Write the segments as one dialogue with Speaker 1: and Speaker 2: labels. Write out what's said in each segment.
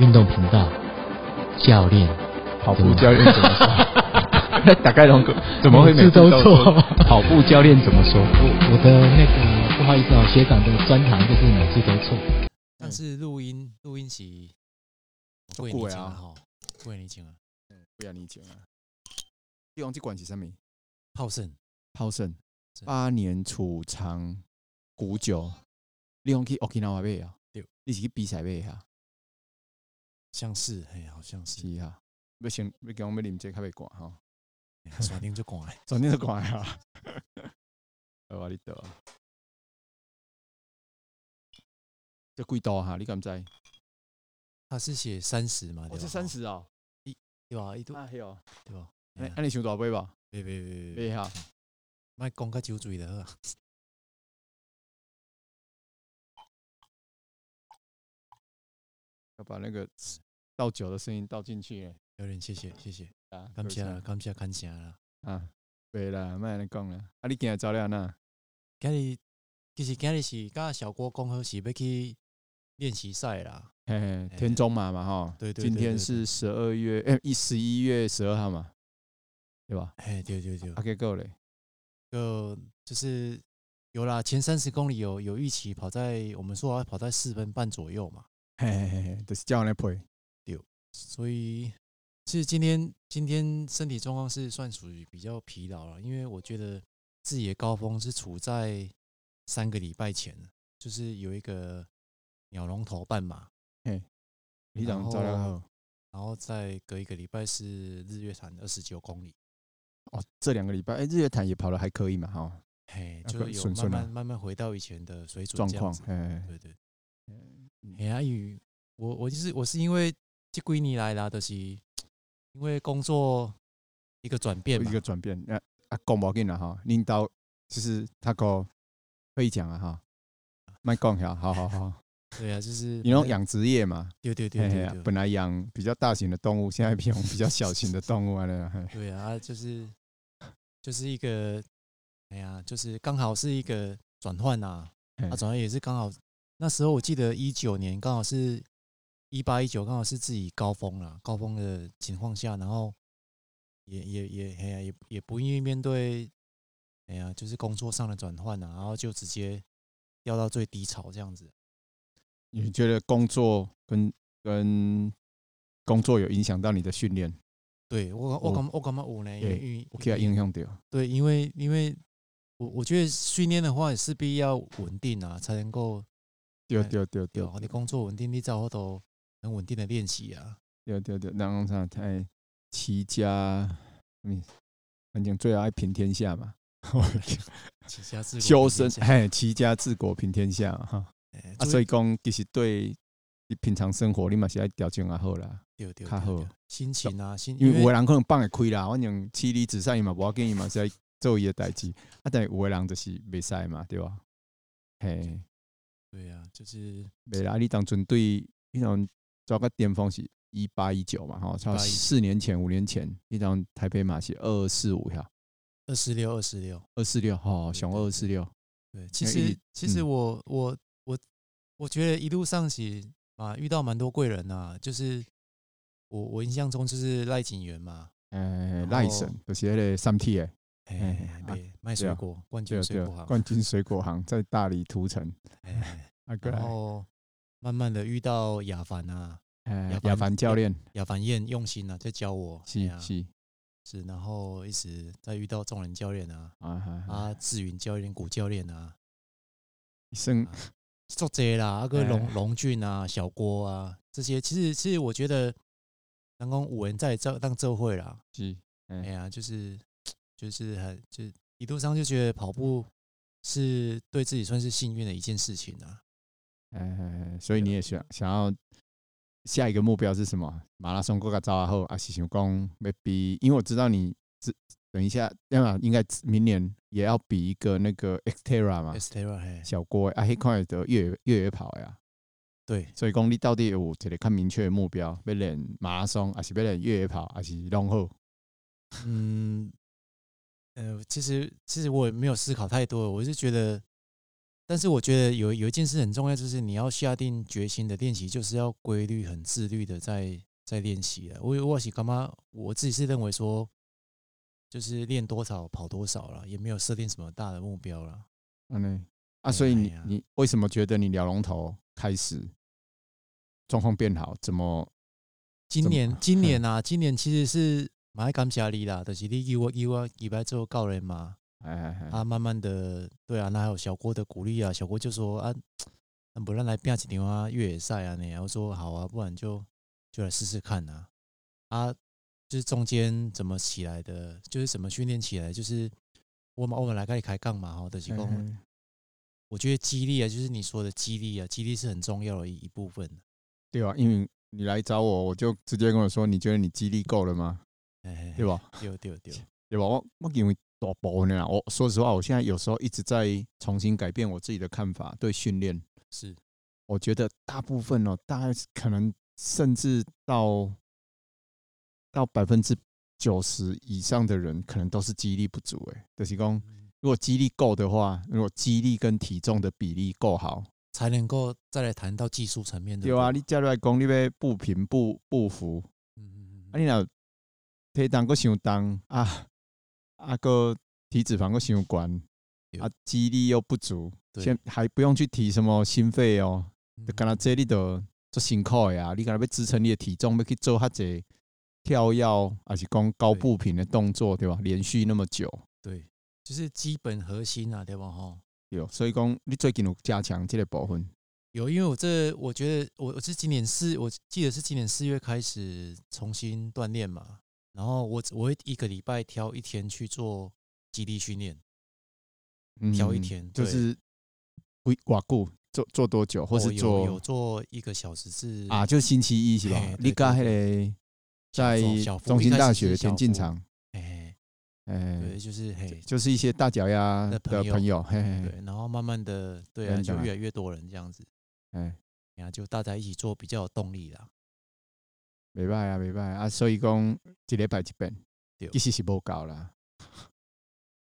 Speaker 1: 运动频道，教练
Speaker 2: 跑步教练怎么说？大概能怎么会
Speaker 1: 每
Speaker 2: 每
Speaker 1: 次都
Speaker 2: 说
Speaker 1: 错
Speaker 2: 跑步教练怎么说？
Speaker 1: 我我的那个不好意思哦，学长的专长就是每次都错。
Speaker 3: 但是录音录音期
Speaker 2: 都
Speaker 3: 贵
Speaker 2: 过
Speaker 3: 你
Speaker 2: 了
Speaker 3: 请
Speaker 2: 啊
Speaker 3: 啊吼，贵你请啊，
Speaker 2: 不要理解啊！帝王记管是什么？
Speaker 3: 好胜
Speaker 2: 涛盛
Speaker 3: 是
Speaker 2: 八年储藏古酒，你讲去 Okinawa 买啊
Speaker 3: 对？
Speaker 2: 你是去比赛买啊？
Speaker 3: 像是嘿，好像是
Speaker 2: 是啊，要先要讲要啉这较袂寒吼，
Speaker 3: 耍定就赶来，
Speaker 2: 昨天就寒啊。 好啊，你倒啊。这几度哈、你敢知？
Speaker 3: 他是写哦三十嘛，对吧？
Speaker 2: 十哦，
Speaker 3: 对吧？一度
Speaker 2: 啊，有。
Speaker 3: 对吧？
Speaker 2: 哎，安尼想大杯吧？啊
Speaker 3: 别别别别，
Speaker 2: 杯哈，
Speaker 3: 卖讲较酒醉就好啊。
Speaker 2: 要把那个倒酒的声音倒进去耶
Speaker 3: 有点谢谢谢谢，
Speaker 2: 啊。
Speaker 3: 感谢
Speaker 2: 对不
Speaker 3: 啦
Speaker 2: 起
Speaker 3: 感谢感谢啦。
Speaker 2: 啊，袂啦，莫安尼讲啦。啊，你今日走了哪？
Speaker 3: 今日其实今日是甲小郭讲好是要去练习赛啦，
Speaker 2: 嘿嘿，田中马嘛哈，
Speaker 3: 对对
Speaker 2: 今
Speaker 3: 对
Speaker 2: 天
Speaker 3: 对
Speaker 2: 是十二月，哎，一十一月十二号嘛，对吧？
Speaker 3: 嘿，对对对
Speaker 2: 啊，，结果嘞，
Speaker 3: 就就是有啦，前三十公里有有预期跑在我们说要跑在四分半左右嘛，
Speaker 2: 嘿嘿嘿嘿，就是叫人来陪，
Speaker 3: 所以其实今天今天身体状况是算属于比较疲劳了，因为我觉得自己的高峰是处在三个礼拜前，就是有一个鸟笼头半马，
Speaker 2: 你怎么走了
Speaker 3: 然后
Speaker 2: 后？
Speaker 3: 然后再隔一个礼拜是日月潭二十九公里，
Speaker 2: 哦，这两个礼拜，哎，日月潭也跑的还可以嘛哈，
Speaker 3: 嘿，
Speaker 2: 那
Speaker 3: 就
Speaker 2: 个
Speaker 3: 有
Speaker 2: 顺
Speaker 3: 慢
Speaker 2: 顺啊
Speaker 3: 慢慢慢回到以前的水准
Speaker 2: 状
Speaker 3: 这样
Speaker 2: 况嗯
Speaker 3: 子，，
Speaker 2: 哎，
Speaker 3: 对对哎呀，与我我就是我是因为这几年来啦，就是因为工作一个转变
Speaker 2: 有
Speaker 3: 嘛
Speaker 2: 一，个转变。那啊，讲无紧啦哈，领导就是他哥会讲啊哈，卖讲呀，好好好，
Speaker 3: 对啊，就是
Speaker 2: 你用养殖业嘛，
Speaker 3: 对对对
Speaker 2: 嘿嘿
Speaker 3: 对
Speaker 2: 啊
Speaker 3: 对，
Speaker 2: 本来养比较大型的动物，现在变成比较小型的动物了，嘿
Speaker 3: 对啊，啊就是就是一个哎呀，就是刚好是一个转换呐，
Speaker 2: 嘿
Speaker 3: 啊，转换也是刚好那时候我记得一九年刚好是一八一九，刚好是自己高峰啦，高峰的情况下，然后也也也哎呀，也也不愿意面对，哎呀，就是工作上的转换呐，然后就直接掉到最低潮这样子。
Speaker 2: 你觉得工作跟跟工作有影响到你的训练？
Speaker 3: 对我我感我感觉有呢，因为因为
Speaker 2: 哦我给它影响到。
Speaker 3: 对，因为因为我我觉得训练的话也势必要稳定啊，才能够
Speaker 2: 对
Speaker 3: 哎
Speaker 2: 对对
Speaker 3: 对
Speaker 2: 对
Speaker 3: 啊，你工作稳定，你才有都很稳定的练习啊。
Speaker 2: 对对对，然后啥？哎，齐家，嗯，反正最爱平天下 嘛，
Speaker 3: 其他自
Speaker 2: 修身，哎，齐家治国平天下嘛哈。啊，
Speaker 3: 啊，
Speaker 2: 所
Speaker 3: 所
Speaker 2: 以
Speaker 3: 以
Speaker 2: 讲其实对你平常生活，你嘛是要调整啊好啦，
Speaker 3: 对对
Speaker 2: 较
Speaker 3: 对对
Speaker 2: 好
Speaker 3: 心情啊，心
Speaker 2: 因为有
Speaker 3: 为
Speaker 2: 的人可能放会开啦，反正妻离子散伊嘛，无要紧伊嘛是要做伊的代志，啊，但是有的人就是袂使嘛，对吧？嘿。
Speaker 3: 对啊，就是
Speaker 2: 袂啦，你当阵对迄种走个巅峰是一八一九嘛，吼，差不多
Speaker 3: 1819
Speaker 2: 四年前、五年前，迄种台北马是二四五呀，
Speaker 3: 二十六二十六。
Speaker 2: 二四六，吼，上二四六，
Speaker 3: 对，其
Speaker 2: 因为一
Speaker 3: 实
Speaker 2: 直
Speaker 3: 其实
Speaker 2: 嗯
Speaker 3: 我我我我觉得一路上其实啊遇到蛮多贵人呐、就是我我印象中就是赖景元嘛，
Speaker 2: 诶，
Speaker 3: 然后
Speaker 2: 呃赖神就是迄个三 T 诶，
Speaker 3: 哎
Speaker 2: 哎，啊
Speaker 3: 卖卖
Speaker 2: 对
Speaker 3: 水
Speaker 2: 啊
Speaker 3: 果冠
Speaker 2: 对
Speaker 3: 军
Speaker 2: 啊
Speaker 3: 水
Speaker 2: 对
Speaker 3: 果
Speaker 2: 啊，
Speaker 3: 行，
Speaker 2: 冠军水果行在大理屠城，
Speaker 3: 哎。
Speaker 2: 啊过
Speaker 3: 然
Speaker 2: 来，
Speaker 3: 后慢慢的遇到亚凡啊，
Speaker 2: 诶
Speaker 3: 亚，
Speaker 2: 呃亚
Speaker 3: 凡
Speaker 2: 凡教练
Speaker 3: 亚凡燕用心啊，在教我，哎
Speaker 2: 是
Speaker 3: 呀
Speaker 2: 是
Speaker 3: 是，然后一直在遇到众人教练啊，
Speaker 2: 啊啊，
Speaker 3: 啊志云教练、古教练啊，
Speaker 2: 生
Speaker 3: 做这啦，啊个
Speaker 2: 哎
Speaker 3: 龙龙俊啊、小郭啊这些，其实其实我觉得，刚刚五人在这当这会啦，
Speaker 2: 是
Speaker 3: 哎
Speaker 2: 哎
Speaker 3: 呀，就是就是很就一路上就觉得跑步是对自己算是幸运的一件事情啊，
Speaker 2: 诶，哎所以你也想想要。下一个目标是什么？马拉松过个招后，啊是想讲要比，因为我知道你之等一下，要么应该明年也要比一个那个 Xterra 嘛，
Speaker 3: Estera 嘿，
Speaker 2: 小郭的啊，迄款的越野越野跑的啊。
Speaker 3: 对，
Speaker 2: 所以讲你到底有一个较明确的目标，要练马拉松，还是要练越野跑，还是拢好？
Speaker 3: 嗯，呃，其实其实我也没有思考太多，我是觉得但是我觉得有有一件事很重要，就是你要下定决心的练习，就是要规律、很自律的在在练习了。我我是干嘛？我自己是认为说，就是练多少跑多少了，也没有设定什么大的目标了。
Speaker 2: 嗯呢，
Speaker 3: 哎
Speaker 2: 啊，所以
Speaker 3: 呀
Speaker 2: 你
Speaker 3: 哎呀
Speaker 2: 你为什么觉得你聊龙头开始状况变好？怎么
Speaker 3: 今
Speaker 2: 怎么
Speaker 3: 年
Speaker 2: 嗯
Speaker 3: 今年啊，今年其实是蛮感谢你啦，就是你给我给我礼拜做告人嘛，
Speaker 2: 哎哎哎
Speaker 3: 啊，慢慢的，对啊，那还有小郭的鼓励啊，小郭就说啊，那不然来拼几场啊越野赛啊那，然后说好啊，不然就就来试试看啊，啊，就是中间怎么起来的，就是怎么训练起来，就是我们我们来开始开杠嘛，哈，德西
Speaker 2: 哎
Speaker 3: 公，
Speaker 2: 哎
Speaker 3: 我觉得激励啊，就是你说的激励啊，激励是很重要的一一部分。
Speaker 2: 对啊，因为你来找我，我就直接跟我说，你觉得你肌力够了吗？
Speaker 3: 哎，
Speaker 2: 对吧？
Speaker 3: 对对对，
Speaker 2: 对吧？我我因为大部分啊，我说实话，我现在有时候一直在重新改变我自己的看法，对训练，
Speaker 3: 是
Speaker 2: 我觉得大部分哦，大概是可能甚至到到百分之九十以上的人，可能都是肌力不足诶、就是讲，
Speaker 3: 嗯
Speaker 2: 如果肌力够的话，如果肌力跟体重的比例够好，
Speaker 3: 才能够再来谈到技术层面的。
Speaker 2: 对啊，，你假如来讲，你要步频步步幅，
Speaker 3: 嗯嗯
Speaker 2: 啊，
Speaker 3: 嗯，
Speaker 2: 你若体重个伤重啊，啊个体脂肪个伤
Speaker 3: 对
Speaker 2: 悬，啊肌力又不足，
Speaker 3: 对
Speaker 2: 先还不用去提什么心肺哦，就干
Speaker 3: 嗯
Speaker 2: 那这你都做辛苦的啊，你干那要支撑你的体重，要去做较济跳跃，还是讲高
Speaker 3: 对
Speaker 2: 步频的动作，对吧？连续那么久，
Speaker 3: 对，就是基本核心啊，对吧？哈。
Speaker 2: 对，所以讲你最近有加强这个部分，
Speaker 3: 有，因为我这我觉得我我是今年四，我记得是今年四月开始重新锻炼嘛，然后我只我会一个礼拜挑一天去做基地训练，
Speaker 2: 嗯
Speaker 3: 挑一天
Speaker 2: 就
Speaker 3: 对
Speaker 2: 是几偌久做做多久，或
Speaker 3: 我
Speaker 2: 是
Speaker 3: 哦有有
Speaker 2: 做
Speaker 3: 做一个小时至
Speaker 2: 啊，就星期一是吧
Speaker 3: 嘿？对
Speaker 2: 你
Speaker 3: 对
Speaker 2: 跟那个在
Speaker 3: 小小腹
Speaker 2: 中
Speaker 3: 一
Speaker 2: 心
Speaker 3: 开
Speaker 2: 大
Speaker 3: 始是
Speaker 2: 学
Speaker 3: 小
Speaker 2: 田径
Speaker 3: 腹
Speaker 2: 场，
Speaker 3: 哎，对，
Speaker 2: 哎，
Speaker 3: 就是嘿
Speaker 2: 就是一些大脚丫
Speaker 3: 的
Speaker 2: 的
Speaker 3: 朋友
Speaker 2: 朋友，嘿嘿嘿，
Speaker 3: 对，然后慢慢的对
Speaker 2: 真
Speaker 3: 啊，
Speaker 2: 的
Speaker 3: 就
Speaker 2: 啊
Speaker 3: 越来越多人这样子，
Speaker 2: 哎。
Speaker 3: 然后就大家一起做比较有动力啦，
Speaker 2: 袂歹啊，袂歹啊，啊所以讲一礼拜一遍
Speaker 3: 对，
Speaker 2: 其实是无够啦，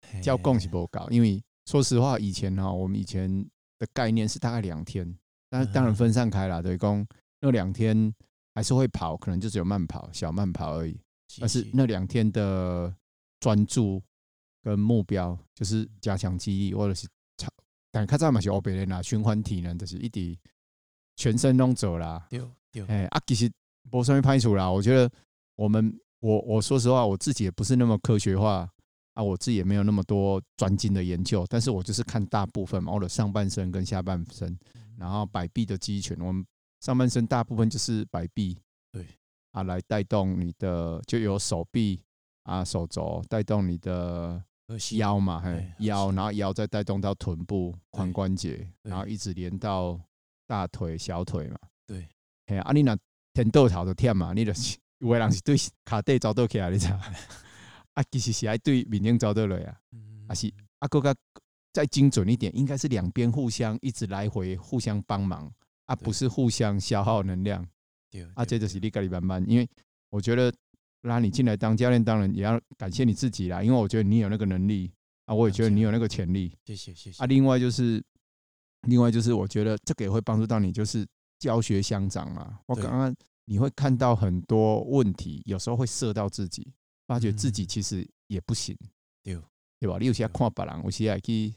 Speaker 3: 嘿
Speaker 2: 照讲是
Speaker 3: 嘿
Speaker 2: 无够，因为说实话，以前哈，我们以前的概念是大概两天，但当然
Speaker 3: 嗯
Speaker 2: 分散开啦，对，讲那两天还是会跑，可能就只有慢跑、小慢跑而已，但是那两天的专注跟目标就是加强记忆，或者是操但较早嘛是欧别人啦，循环体能就是一直全身拢做啦，
Speaker 3: 丢丢
Speaker 2: 哎、啊，其实无算拍出啦。我觉得我们，我我说实话，我自己也不是那么科学化啊，我自己也没有那么多专精的研究，但是我就是看大部分嘛，我的上半身跟下半身，然后摆臂的肌群，我们上半身大部分就是摆臂，
Speaker 3: 对
Speaker 2: 啊，来带动你的，就有手臂啊、手肘带动你的
Speaker 3: 核心
Speaker 2: 腰嘛，嘿
Speaker 3: 哎，
Speaker 2: 腰，
Speaker 3: 是
Speaker 2: 然后腰再带动到臀部、髋
Speaker 3: 对
Speaker 2: 关节，
Speaker 3: 对
Speaker 2: 然后一直连到大腿、小腿嘛。
Speaker 3: 对，
Speaker 2: 嘿啊，啊你若天倒头就忝嘛，你就是有的人是对骹底走倒起来，你知 道吗？啊，其实是爱对面顶走倒落啊，
Speaker 3: 嗯
Speaker 2: 啊是啊，更较再精准一点，应该是两边互相一直来回互相帮忙，啊，
Speaker 3: 对
Speaker 2: 不是互相消耗能量。
Speaker 3: 对
Speaker 2: 啊，这
Speaker 3: 对
Speaker 2: 就是
Speaker 3: 对
Speaker 2: 你家己慢慢，因为我觉得拉你进来当教练，当然也要感谢你自己啦，因为我觉得你有那个能力啊，我也觉得
Speaker 3: 感谢
Speaker 2: 你有那个潜力
Speaker 3: 谢谢谢谢
Speaker 2: 啊。另外就是，另外就是，我觉得这个也会帮助到你，就是教学相长嘛。我
Speaker 3: 对
Speaker 2: 刚刚你会看到很多问题，有时候会射到自己，发觉自己
Speaker 3: 嗯
Speaker 2: 其实也不行，
Speaker 3: 对
Speaker 2: 对啊吧？你有时
Speaker 3: 对
Speaker 2: 看别人，有时也去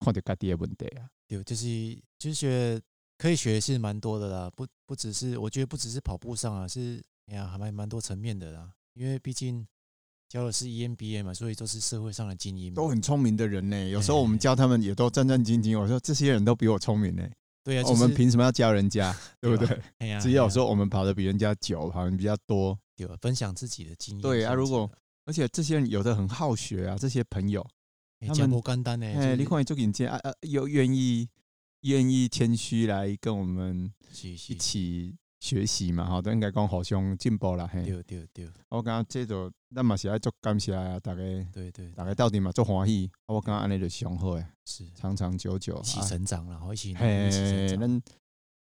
Speaker 2: 看到家己的问题啊。
Speaker 3: 对，就是就是学可以学是蛮多的啦，不不只是我觉得不只是跑步上啊，是哎呀还蛮蛮多层面的啦，因为毕竟教的是 EMBA 嘛，所以都是社会上的精英嘛
Speaker 2: 都很聪明的人呢、有时
Speaker 3: 哎
Speaker 2: 候我们教他们也都战战兢兢。我说这些人都比我聪明呢、
Speaker 3: 对啊，
Speaker 2: 我们
Speaker 3: 平
Speaker 2: 凭什么要教人 家？对不
Speaker 3: 对
Speaker 2: 对？啊
Speaker 3: 只
Speaker 2: 只有说我们跑的比人家久，跑的比较多，
Speaker 3: 有分享自己的经验这样子，
Speaker 2: 对啊如果而且这些人有的很好学啊，这些朋友，他
Speaker 3: 讲
Speaker 2: 们
Speaker 3: 不简单呢，
Speaker 2: 哎，
Speaker 3: 就
Speaker 2: 你
Speaker 3: 是
Speaker 2: 看做引荐啊啊，又愿意愿意谦虚来跟我们
Speaker 3: 是
Speaker 2: 一
Speaker 3: 是
Speaker 2: 起学习嘛，吼，都应该讲互相进步啦，嘿。
Speaker 3: 对对对
Speaker 2: 我感觉这就咱嘛是爱做感谢啊，大家
Speaker 3: 对对，
Speaker 2: 大家到底嘛做欢喜，啊我感觉安尼就上好诶，
Speaker 3: 是
Speaker 2: 长长久久
Speaker 3: 一起
Speaker 2: 啊
Speaker 3: 成长啦，然后一起努力
Speaker 2: 嘿
Speaker 3: 一起成，长，
Speaker 2: 咱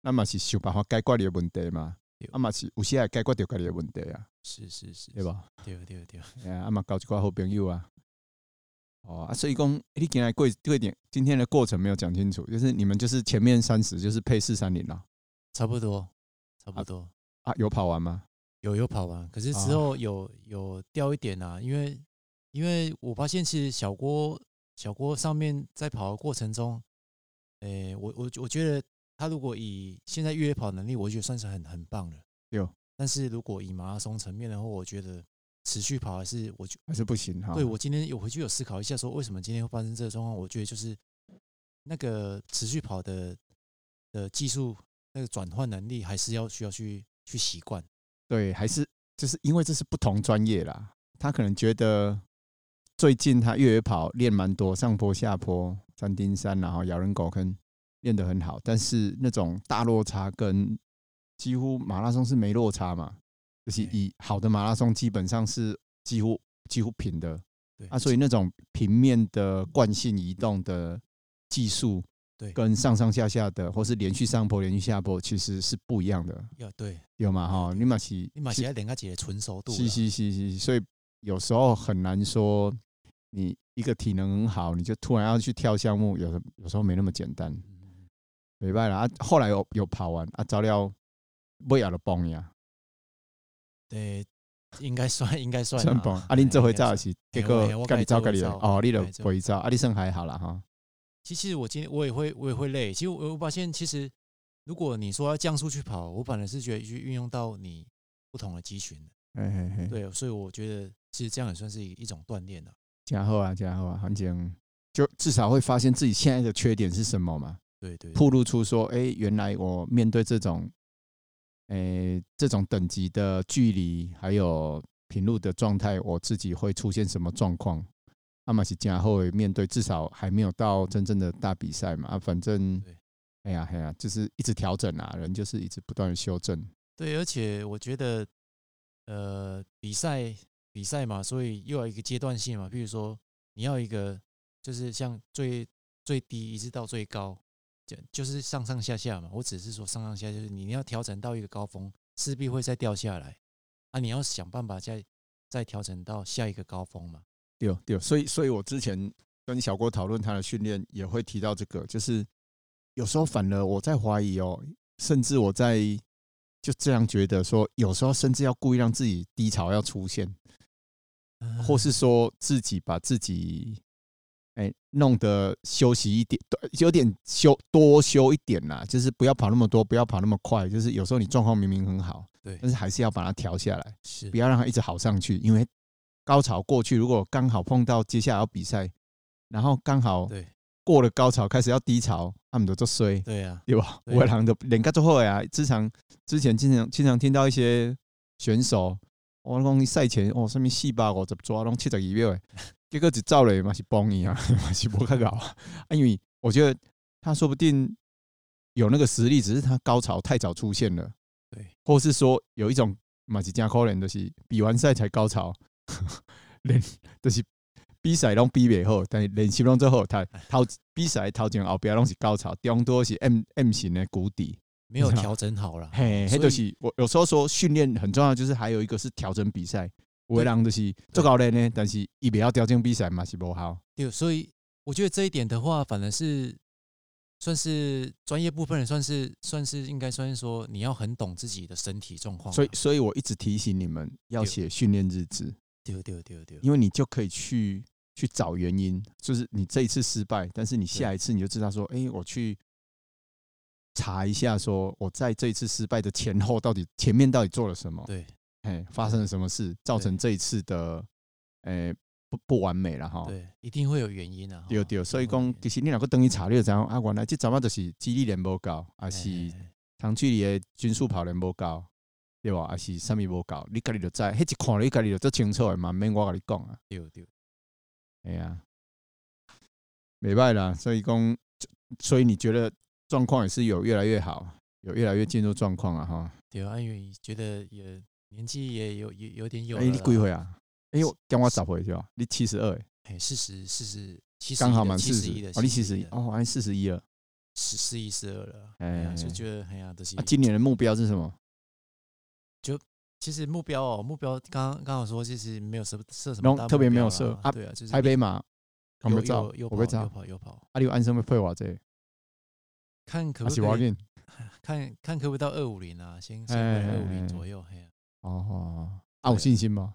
Speaker 2: 咱嘛是想办法解决你的问题嘛
Speaker 3: 对，
Speaker 2: 啊嘛是有时也解决着家己的问题啊，
Speaker 3: 是是是，
Speaker 2: 对？吧？
Speaker 3: 对对对，
Speaker 2: 哎呀，啊嘛交一寡好朋友啊，啊哦啊，所以讲你进来过过点，今天的过程没有讲清楚，就是你们就是前面三十就是配四三零啦，
Speaker 3: 差不多，差不多。
Speaker 2: 啊，有跑完吗？
Speaker 3: 有有跑完，可是之
Speaker 2: 啊
Speaker 3: 后有、有掉一点啊，因为因为我发现其实小郭小郭上面在跑的过程中，诶、我我我觉得他如果以现在越野跑能力，我觉得算是很很棒了。
Speaker 2: 有，
Speaker 3: 但是如果以马拉松层面的话，我觉得持续跑还是我觉
Speaker 2: 还是不行哈？
Speaker 3: 对我今天有回去有思考一下，说为什么今天会发生这个状况？我觉得就是那个持续跑的的技术那个转换能力，还是要需要去去习惯。
Speaker 2: 对，还是就是因为这是不同专业啦，他可能觉得最近他越野跑练蛮多，上坡下坡、三丁山，然后咬人狗坑练得很好，但是那种大落差跟几乎马拉松是没落差嘛，就是
Speaker 3: 对
Speaker 2: 以好的马拉松基本上是几乎几乎平的
Speaker 3: 对
Speaker 2: 啊，所以那种平面的惯性移动的技术。
Speaker 3: 对
Speaker 2: 跟上上下下的，或是连续上坡、连续下坡，其实是不一样的，
Speaker 3: 要对，
Speaker 2: 有嘛？哈，
Speaker 3: 对
Speaker 2: 你嘛是
Speaker 3: 你马
Speaker 2: 是
Speaker 3: 起来两个姐的纯熟度啦，
Speaker 2: 是是是是，所以有时候很难说，你一个体能很好，你就突然要去跳项目，有时有时候没那么简单。
Speaker 3: 嗯
Speaker 2: 没办法啊，后来有有跑完啊，照料不要了崩呀，
Speaker 3: 对，应该算 应该算
Speaker 2: 真
Speaker 3: 啦
Speaker 2: 崩啊！恁这回照也，
Speaker 3: 应该算
Speaker 2: 是，结
Speaker 3: 嘿
Speaker 2: 果
Speaker 3: 我嘿我
Speaker 2: 家己照家
Speaker 3: 自己
Speaker 2: 己的
Speaker 3: 照
Speaker 2: 哦，你
Speaker 3: 自
Speaker 2: 就
Speaker 3: 己照
Speaker 2: 不会照啊，你算还好啦哈。
Speaker 3: 其实我今天我也会我也会累，其实我我发现其实如果你说要降速去跑，我反而是觉得去运用到你不同的肌群，
Speaker 2: 嘿嘿嘿，
Speaker 3: 对，所以我觉得其实这样也算是一一种锻炼了。
Speaker 2: 真好啊，真好啊，反正就至少会发现自己现在的缺点是什么嘛。
Speaker 3: 对对，对
Speaker 2: 暴露出说，哎、原来我面对这种，哎、这种等级的距离，还有平路的状态，我自己会出现什么状况？阿玛西加后面对，至少还没有到真正的大比赛嘛。啊，反正
Speaker 3: 对，
Speaker 2: 哎呀，哎呀，就是一直调整啊，人就是一直不断的修正。
Speaker 3: 对，而且我觉得，呃，比赛比赛嘛，所以又有一个阶段性嘛。比如说，你要一个就是像最最低一直到最高，就就是上上下下嘛。我只是说上上下下，就是你要调整到一个高峰，势必会再掉下来啊。你要想办法再再调整到下一个高峰嘛。
Speaker 2: 对哦对，所以所以我之前跟小郭讨论他的训练，也会提到这个，就是有时候反而我在怀疑哦，甚至我在就这样觉得说，有时候甚至要故意让自己低潮要出现，
Speaker 3: 呃
Speaker 2: 或是说自己把自己哎弄得休息一点，对有点休多休一点啦，就是不要跑那么多，不要跑那么快，就是有时候你状况明明很好，
Speaker 3: 对
Speaker 2: 但是还是要把它调下来。
Speaker 3: 是
Speaker 2: 不要让它一直好上去，因为高潮过去，如果刚好碰到接下来要比赛，然后刚好
Speaker 3: 对
Speaker 2: 过了高潮开始要低潮，他们都做衰，
Speaker 3: 对啊，
Speaker 2: 对吧？
Speaker 3: 对
Speaker 2: 我人都人家做后啊，之前之前经常经常听到一些选手，我讲赛前哦，上面四百五十抓，拢七十二秒 诶，结果只照了嘛是崩伊啊， 嘛是无较搞啊，因为我觉得他说不定有那个实力，只是他高潮太早出现了。
Speaker 3: 对
Speaker 2: 或是说有一种嘛是真可怜，就是比完赛才高潮， 连就是比赛拢比袂好，但是练习拢做好，他头比赛头前后壁拢是高潮，中多是 M M 型的谷底。
Speaker 3: 没有
Speaker 2: 是啊
Speaker 3: 调整好了。
Speaker 2: 嘿，
Speaker 3: 所
Speaker 2: 迄
Speaker 3: 以
Speaker 2: 就是我有时候说训练很重要，就是还有一个是调整比赛。有的人就是做教练呢，但是伊袂晓调整比赛嘛是无效。
Speaker 3: 对，所以我觉得这一点的话，反而是算是专业部分人，算是算是应该算是说，你要很懂自己的身体状况啊。
Speaker 2: 所以，所以我一直提醒你们要
Speaker 3: 对
Speaker 2: 写训练日志。
Speaker 3: 对对对对，
Speaker 2: 因为你就可以去去找原因，就是你这一次失败，但是你下一次你就知道说，哎、我去查一下，说我在这一次失败的前后到底前面到底做了什么，
Speaker 3: 对
Speaker 2: 哎，发生了什么事，造成这一次的，哎、不不完美了哈。
Speaker 3: 对，一定会有原因啊。
Speaker 2: 对
Speaker 3: 哈
Speaker 2: 对，所以
Speaker 3: 一定会有
Speaker 2: 讲，
Speaker 3: 原
Speaker 2: 其实你若个等于查，你就知道啊，原来这阵啊就是肌力练无够，还
Speaker 3: 因
Speaker 2: 是
Speaker 3: 哎哎哎
Speaker 2: 长距离的均速跑练无够，对吧？还啊是啥物无够，你家己就知，迄一看你家己就足清楚的嘛，免我甲你讲啊。
Speaker 3: 对对
Speaker 2: 哎呀、没办啦，所以讲，所以你觉得状况也是有越来越好，有越来越进入状况啊哈。
Speaker 3: 对啊，因为觉得也年纪也有有有点有
Speaker 2: 哎、
Speaker 3: 了啦，
Speaker 2: 你几岁啊？哎、我跟我找回去啊，你七十二，
Speaker 3: 哎，四十四十七十
Speaker 2: 刚好满
Speaker 3: 七十
Speaker 2: 四十
Speaker 3: 一的，，
Speaker 2: 哦，你七十一
Speaker 3: 的，
Speaker 2: 哦，还四十一了。
Speaker 3: 十四一十二了。
Speaker 2: 哎
Speaker 3: 哎呀，
Speaker 2: 哎
Speaker 3: 就
Speaker 2: 哎
Speaker 3: 觉得哎呀，都是
Speaker 2: 啊，今年的目标是什么？
Speaker 3: 其实目标哦，目标刚刚刚好说，其实没有设设什么
Speaker 2: 拢
Speaker 3: 大
Speaker 2: 特
Speaker 3: 目
Speaker 2: 别没
Speaker 3: 标
Speaker 2: 有
Speaker 3: 啦
Speaker 2: 设啊
Speaker 3: 对啊，就是
Speaker 2: 台北马看
Speaker 3: 有
Speaker 2: 不照
Speaker 3: 有，有
Speaker 2: 我
Speaker 3: 跑
Speaker 2: 不
Speaker 3: 有
Speaker 2: 照。
Speaker 3: 跑有跑，
Speaker 2: 啊，你有安生要配我这，
Speaker 3: 看可
Speaker 2: 啊
Speaker 3: 不
Speaker 2: 是我要
Speaker 3: 可以
Speaker 2: 紧。
Speaker 3: 看看可不可以到二五零啊？先先回
Speaker 2: 哎
Speaker 3: 二五
Speaker 2: 哎哎
Speaker 3: 零左右，嘿啊，
Speaker 2: 哦，啊有信心吗？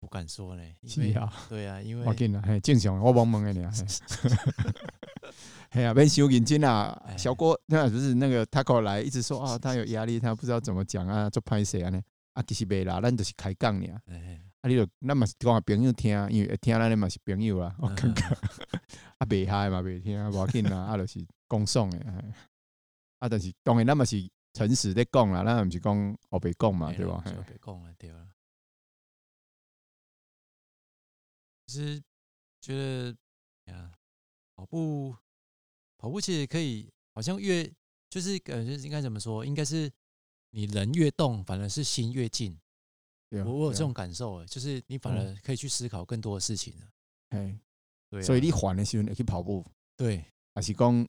Speaker 3: 不敢说呢，因
Speaker 2: 是
Speaker 3: 为
Speaker 2: 啊，
Speaker 3: 对 啊，因
Speaker 2: 我
Speaker 3: 为
Speaker 2: 紧啦，嘿，正常，我懵懵的尔。嘿 嘿啊，免伤认真啦，
Speaker 3: 哎
Speaker 2: 小郭那不是那个 Taco 来一直说啊，他有压力，他不知道怎么讲啊，做拍谁啊呢？啊，其实袂啦，咱就是开讲尔。
Speaker 3: 哎哎
Speaker 2: 啊，你就咱嘛是讲给朋友听，因为会听咱的嘛是朋友啊，我感觉
Speaker 3: 嗯
Speaker 2: 啊，袂害嘛袂听，无要紧啦，啊，就是讲爽的。哎啊，但是当然咱嘛是诚实咧讲啦，咱嘛毋是讲后白讲嘛，
Speaker 3: 哎
Speaker 2: 对吧？
Speaker 3: 就
Speaker 2: 嘿
Speaker 3: 别讲了，对了。其实觉得哎呀，跑步跑步其实可以，好像越就是感觉应该怎么说？应该是你人越动，反而是心越静。
Speaker 2: 对啊
Speaker 3: 我我有
Speaker 2: 对啊嗯
Speaker 3: 这种感受，哎，就是你反而可以去思考更多的事情了。
Speaker 2: 嘿
Speaker 3: 对啊，
Speaker 2: 所以你烦的时阵会去跑步，
Speaker 3: 对
Speaker 2: 还是讲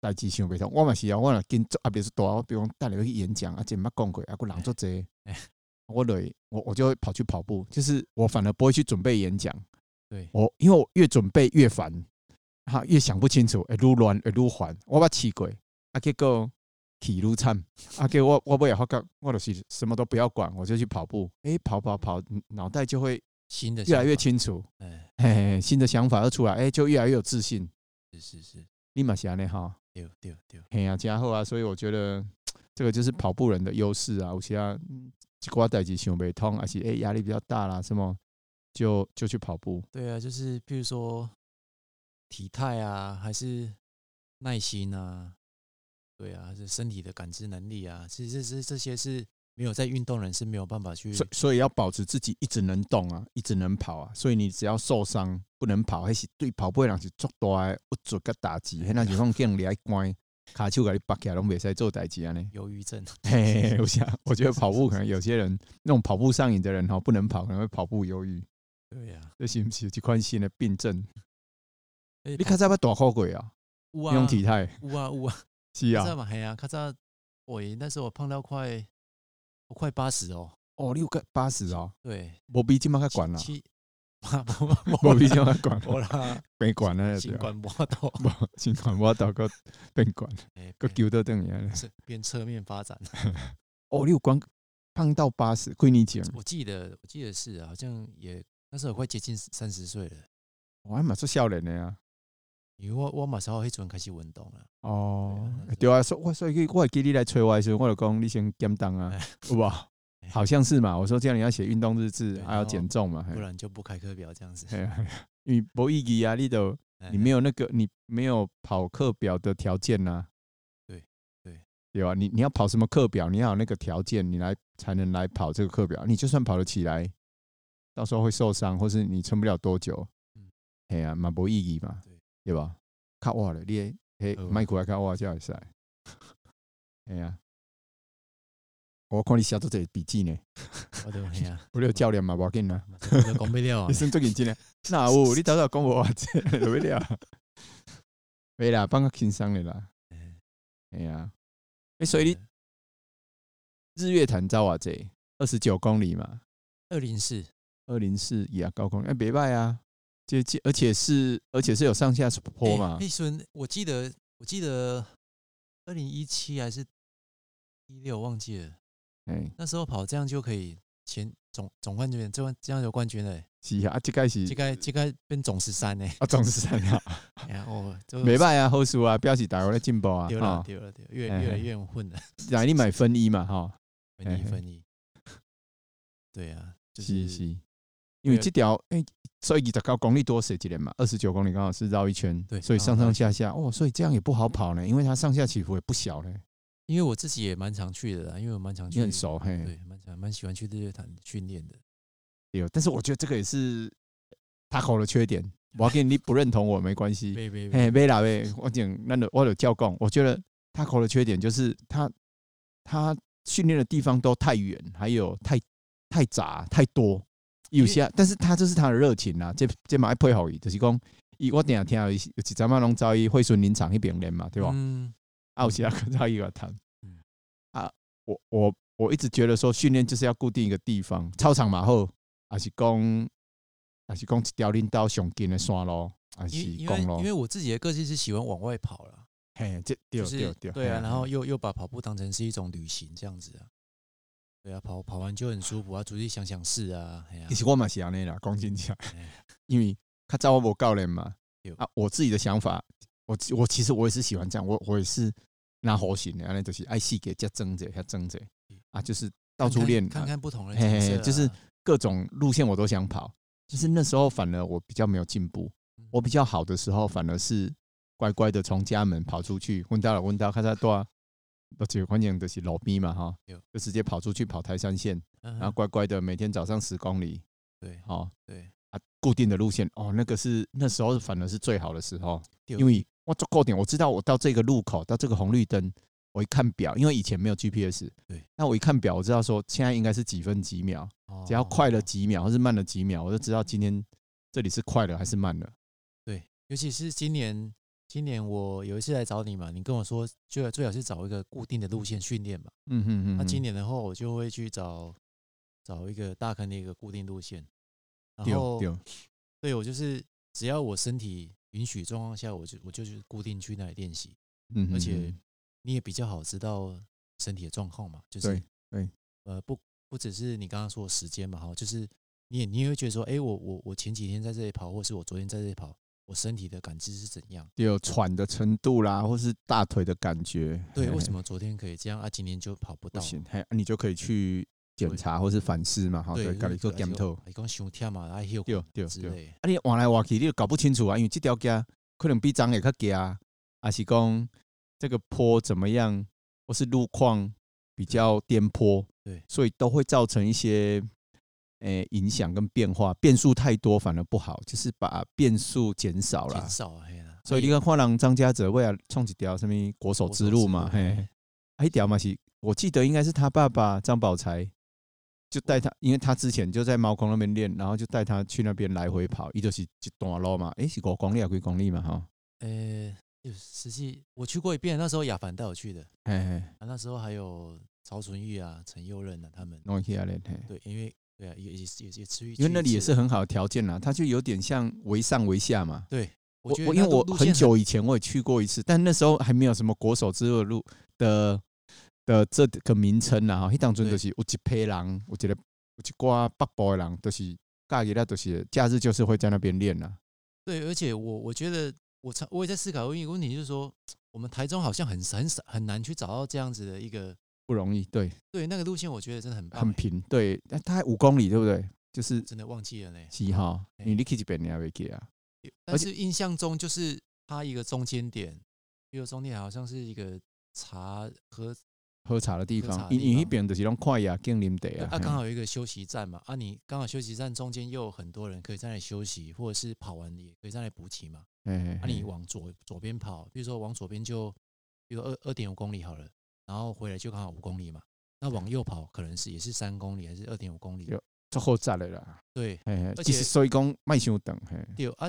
Speaker 2: 代志想袂通，我嘛是啊，我若紧做压力是大，我比如讲等下要去演讲，啊，真毋捌讲过，啊，个人做济
Speaker 3: 哎，
Speaker 2: 我就会我我就会跑去跑步，就是我反而不会去准备演讲，
Speaker 3: 对，
Speaker 2: 我因为我越准备越烦，哈，越想不清楚，会愈乱会愈烦，我捌试过，啊，结果气愈惨，啊，结果我我也发觉，我就是什么都不要管，我就去跑步，诶、跑跑跑，脑袋就会
Speaker 3: 新的
Speaker 2: 越来越
Speaker 3: 想
Speaker 2: 清楚，
Speaker 3: 法，哎，
Speaker 2: 嘿嘿，嘿新的想法又出来，诶、就越来越有自信，
Speaker 3: 是是是，
Speaker 2: 你嘛是安尼哈。
Speaker 3: 对对对，
Speaker 2: 嘿啊，加厚啊，所以我觉得这个就是跑步人的优势啊。有些啊，嗯一寡代志想袂通，而且诶压力比较大啦，什么就就去跑步。
Speaker 3: 对啊，就是譬如说体态啊，还是耐心啊，对啊，还是身体的感知能力啊，其实这这这些是没有在运动人是没有办法去
Speaker 2: 所以所以要保持自己一直能动啊，一直能跑啊。所以你只要受伤不能跑，还是对跑步的人是足大的有足个打
Speaker 3: 哎
Speaker 2: 击，迄那是讲叫你来关，骹手甲你绑起来拢袂使做代志 安尼。
Speaker 3: 忧郁症。
Speaker 2: 嘿嘿，我想我觉得跑步可能有些人那种跑步上瘾的人吼，哦不能跑可能会跑步忧郁，
Speaker 3: 对啊呀，
Speaker 2: 这是不是有这款新的病症？
Speaker 3: 哎你
Speaker 2: 你较早捌大哭过啊？
Speaker 3: 乌
Speaker 2: 那
Speaker 3: 哎啊
Speaker 2: 种体态
Speaker 3: 乌啊乌啊，
Speaker 2: 是
Speaker 3: 知
Speaker 2: 啊。
Speaker 3: 道嘛？嘿啊，卡扎我那时候我胖到快我快八十哦，
Speaker 2: 哦，六个八十哦，
Speaker 3: 对，
Speaker 2: 无比即马较悬啦，
Speaker 3: 啊七 八不不
Speaker 2: 无
Speaker 3: 不
Speaker 2: 比即马较悬
Speaker 3: 我
Speaker 2: 啦，
Speaker 3: 啦，
Speaker 2: 变悬啦，
Speaker 3: 新
Speaker 2: 对啊，
Speaker 3: 冠波动，
Speaker 2: 无 新冠我到个 变悬，
Speaker 3: 哎，
Speaker 2: 个
Speaker 3: 变
Speaker 2: 球都等于。
Speaker 3: 是变侧面发展。
Speaker 2: 哦，你有光胖到八十，几年前，
Speaker 3: 我记得，我记得是啊好像也那时候快接近三十岁了，
Speaker 2: 我哦还蛮做少年的啊。
Speaker 3: 因为我我马上迄阵开始运动了，
Speaker 2: 哦
Speaker 3: 对啊，
Speaker 2: 对啊，所我所以我会记你来催我的时候，我就讲你先减重啊，有吧？
Speaker 3: 哎
Speaker 2: 好像是嘛，我说这样你要写运动日志，
Speaker 3: 对
Speaker 2: 还要
Speaker 3: 然后
Speaker 2: 减重嘛，嘿
Speaker 3: 不然就不开课表这样子。
Speaker 2: 哎嘿嘿因为无意义啊，你都你没
Speaker 3: 有
Speaker 2: 有那个你没有跑课表的条件呐、
Speaker 3: 对对，
Speaker 2: 对啊吧？你你要跑什么课表，你要有那个条件，你来才能来跑这个课表。你就算跑得起来，到时候会受伤，或是你撑不了多久
Speaker 3: 嗯，
Speaker 2: 哎呀、蛮无意义嘛
Speaker 3: 对，
Speaker 2: 对吧？卡我了，你嘿
Speaker 3: 好啊
Speaker 2: 麦克来卡我才会使。 哎呀、我看你写做这笔记呢，
Speaker 3: 我都哎呀，
Speaker 2: 我有教练嘛，无要紧啦。
Speaker 3: 我都讲不了啊
Speaker 2: 你。算最认真诶，那有你早早讲无话者， 落尾了。袂啦，放较轻松诶啦。
Speaker 3: 哎嗯
Speaker 2: 哎呀、哎诶、所以你日月潭走偌济，二十九公里嘛，
Speaker 3: 二零四，
Speaker 2: 二零四也高公里，哎、袂歹啊，接近，而且是而且是有上下坡嘛。
Speaker 3: 哎那阵我记得，我记得二零一七还是一六，忘记了。
Speaker 2: 哎、
Speaker 3: 那时候跑这样就可以前总总冠军，这样这样有冠军了。
Speaker 2: 是啊，啊，即个是
Speaker 3: 这个这个变总十三呢。
Speaker 2: 啊，总是三啊，
Speaker 3: 哎呀，哦，就
Speaker 2: 袂歹啊，好输啊，表示大家咧进步啊，
Speaker 3: 丢
Speaker 2: 吼
Speaker 3: 了，丢了丢了，越
Speaker 2: 哎
Speaker 3: 越来
Speaker 2: 哎
Speaker 3: 越混了。
Speaker 2: 来你买分一嘛，吼，嘿
Speaker 3: 分一
Speaker 2: 嘿
Speaker 3: 分一，对啊，就是是
Speaker 2: 是，因为
Speaker 3: 对啊
Speaker 2: 这条哎、所以二十九公里多谁几点嘛？二十九公里刚好是绕一圈，
Speaker 3: 对
Speaker 2: 所以
Speaker 3: 刚好
Speaker 2: 上
Speaker 3: 绕
Speaker 2: 上
Speaker 3: 一
Speaker 2: 下下哦，所以这样也不好跑呢，因为它上下起伏也不小呢，
Speaker 3: 因为我自己也蛮常去的啦，因为我蛮常去，
Speaker 2: 你很，熟嘿，
Speaker 3: 对，蛮常蛮喜欢去日月潭训练的。
Speaker 2: 对。但是我觉得这个也是他口的缺点，我要跟你不认同我没关系，
Speaker 3: 没没
Speaker 2: 嘿，
Speaker 3: 没，
Speaker 2: 没啦没，我讲那个我有教供，我觉得他口的缺点就是他他训练的地方都太远，还有太太杂太多，有些，啊但是他这是他的热情啊，这这嘛要配合伊，就是讲伊我顶下听到伊有一阵仔拢走伊惠顺林场迄边练嘛，对吧？
Speaker 3: 嗯，
Speaker 2: 啊，有时啊跟走伊个谈
Speaker 3: 嗯，
Speaker 2: 啊，我我我一直觉得说训练就是要固定一个地方，操场嘛好，还是讲还是讲一条恁兜上近的山路，还是
Speaker 3: 因因为
Speaker 2: 公路
Speaker 3: 因？为我自己的个性是喜欢往外跑啦，
Speaker 2: 嘿，这对哦
Speaker 3: 就是
Speaker 2: 对对，嘿
Speaker 3: 啊，然后又又把跑步当成是一种旅行这样子啊，对啊，跑跑完就很舒服啊，出去想想事啊，哎呀、
Speaker 2: 其实我嘛是安尼啦，讲真正
Speaker 3: 哎，
Speaker 2: 因为较早我无教练嘛
Speaker 3: 对，
Speaker 2: 啊，我自己的想法，我我其实我也是喜欢这样，我我也是拿弧形的，安尼就是爱细节加增者加增者啊，就是到
Speaker 3: 嗯
Speaker 2: 处
Speaker 3: 看看
Speaker 2: 练，
Speaker 3: 看
Speaker 2: 啊
Speaker 3: 看不同的
Speaker 2: 嘿嘿
Speaker 3: 景色
Speaker 2: 嘿
Speaker 3: 啊、
Speaker 2: 就是各种路线我都想跑，就是那时候反而我比较没有进步，
Speaker 3: 嗯
Speaker 2: 我比较好的时候反而是乖乖的从家门跑出去，问到了问到，看他多，而且关键就是路边嘛哈
Speaker 3: 对，
Speaker 2: 就直接跑出去跑台山线，
Speaker 3: 嗯哼
Speaker 2: 然后乖乖的每天早上十公里，
Speaker 3: 对
Speaker 2: 哦，
Speaker 3: 对，
Speaker 2: 啊，固定的路线哦，那个是那时候反而是最好的时候，
Speaker 3: 对
Speaker 2: 因为我做够点，我知道我到这个路口，到这个红绿灯，我一看表，因为以前没有 GPS，
Speaker 3: 对，
Speaker 2: 那我一看表，我知道说现在应该是几分几秒，
Speaker 3: 哦
Speaker 2: 只要快了几秒或是慢了几秒，我就知道今天这里是快了还是慢了。
Speaker 3: 对，尤其是今年，今年我有一次来找你嘛，你跟我说最好最好是找一个固定的路线训练嘛。
Speaker 2: 嗯哼哼，
Speaker 3: 那今
Speaker 2: 年
Speaker 3: 年的话，我就会去找找一个大坑的一个固定路线，然后
Speaker 2: 丢丢，
Speaker 3: 对我就是只要我身体允许状况下，我就我就去固定去那里练习，
Speaker 2: 嗯哼哼
Speaker 3: 而且你也比较好知道身体的状况嘛，就是
Speaker 2: 对对
Speaker 3: 呃不不只是你刚刚说的时间嘛哈，就是你也你也会觉得说，哎、我我我前几天在这里跑，或是我昨天在这里跑，我身体的感知是怎样？
Speaker 2: 有喘的程度啦，或是大腿的感觉，
Speaker 3: 对，
Speaker 2: 嘿
Speaker 3: 为什么昨天可以这样啊？今天就跑不
Speaker 2: 不
Speaker 3: 到？
Speaker 2: 行？嘿，啊你就可以去检查或是反思嘛，哈，对，
Speaker 3: 嗯对，
Speaker 2: 搞一
Speaker 3: 就
Speaker 2: 个
Speaker 3: 是
Speaker 2: 检讨
Speaker 3: 说。哎，讲伤忝嘛，啊，休
Speaker 2: 对
Speaker 3: 困
Speaker 2: 对
Speaker 3: 之
Speaker 2: 对
Speaker 3: 类。
Speaker 2: 啊，你换来换去，你就搞不清楚啊，因为这条街可能比张也较低，还是讲这个坡怎么样，或是路况比较颠簸，
Speaker 3: 对
Speaker 2: 所以都会造成一些诶、呃影响跟变化，变数太多反而不好，就是把变数减少啦
Speaker 3: 挺。少啊，嘿啦。
Speaker 2: 所以你
Speaker 3: 个
Speaker 2: 看，看人张家泽为了创一条什么国手之路嘛，嘿，啊，一条嘛是，我记得应该是他爸爸张宝才就带他，因为他之前就在猫空那边练，然后就带他去那边来回跑，伊就是一段路嘛，诶、是五公里啊，几公里嘛，哈，
Speaker 3: 呃，就实际我去过一遍，那时候亚凡带我去的，
Speaker 2: 嘿嘿，
Speaker 3: 啊，那时候还有曹纯玉啊、陈佑任啊他们。
Speaker 2: 弄起来练，嘿，
Speaker 3: 对，因为对啊，也也也也吃一，
Speaker 2: 因为那里也
Speaker 3: 去一
Speaker 2: 是
Speaker 3: 次
Speaker 2: 很好的条件啦，它就有点像为上为下嘛。
Speaker 3: 对。
Speaker 2: 我
Speaker 3: 觉得
Speaker 2: 我因
Speaker 3: 那
Speaker 2: 为
Speaker 3: 路
Speaker 2: 我
Speaker 3: 路
Speaker 2: 很
Speaker 3: 线
Speaker 2: 久以前我也去过一次，但那时候还没有什么国手之路的路的的这个名称啦哈。迄当中就是有一批人，有一个有一寡北部的人，就是假日啦，就是假日就是会在那边练啦。
Speaker 3: 对，而且我我觉得我常我也在思考一个问题，就是说我们台中好像很很少很难去找到这样子的一个
Speaker 2: 不容易，对，
Speaker 3: 对那个路线，我觉得真的很棒
Speaker 2: 很
Speaker 3: 欸，
Speaker 2: 平，对，那大概五公里，对不对？就是
Speaker 3: 真的忘记了呢。
Speaker 2: 是哈，
Speaker 3: 嘿
Speaker 2: 因为你去一遍你也未记啊。而
Speaker 3: 但
Speaker 2: 且
Speaker 3: 是印象中就是它一个中间点，一个中间点好像是一个茶和
Speaker 2: 喝茶的地
Speaker 3: 喝茶
Speaker 2: 方，
Speaker 3: 的
Speaker 2: 因
Speaker 3: 地
Speaker 2: 因为
Speaker 3: 方
Speaker 2: 那边就是拢快呀，更啉茶啊。
Speaker 3: 啊，
Speaker 2: 嘿
Speaker 3: 刚好有一个休息站嘛，啊，你刚好休息站中间又有很多人可以在那里休息，或者是跑完也可以在那里补给嘛。
Speaker 2: 嘿嘿
Speaker 3: 啊，你
Speaker 2: 嘿
Speaker 3: 往左左边跑，比如说往左边就，比如二二点五公里好了，然后回来就刚好五公里嘛。那往右跑可能是也是三公里还是二点五公里
Speaker 2: 对？足好扎的啦。
Speaker 3: 对
Speaker 2: 嘿嘿
Speaker 3: 而
Speaker 2: 其
Speaker 3: 且
Speaker 2: 实所以讲卖伤等，嘿，
Speaker 3: 对啊，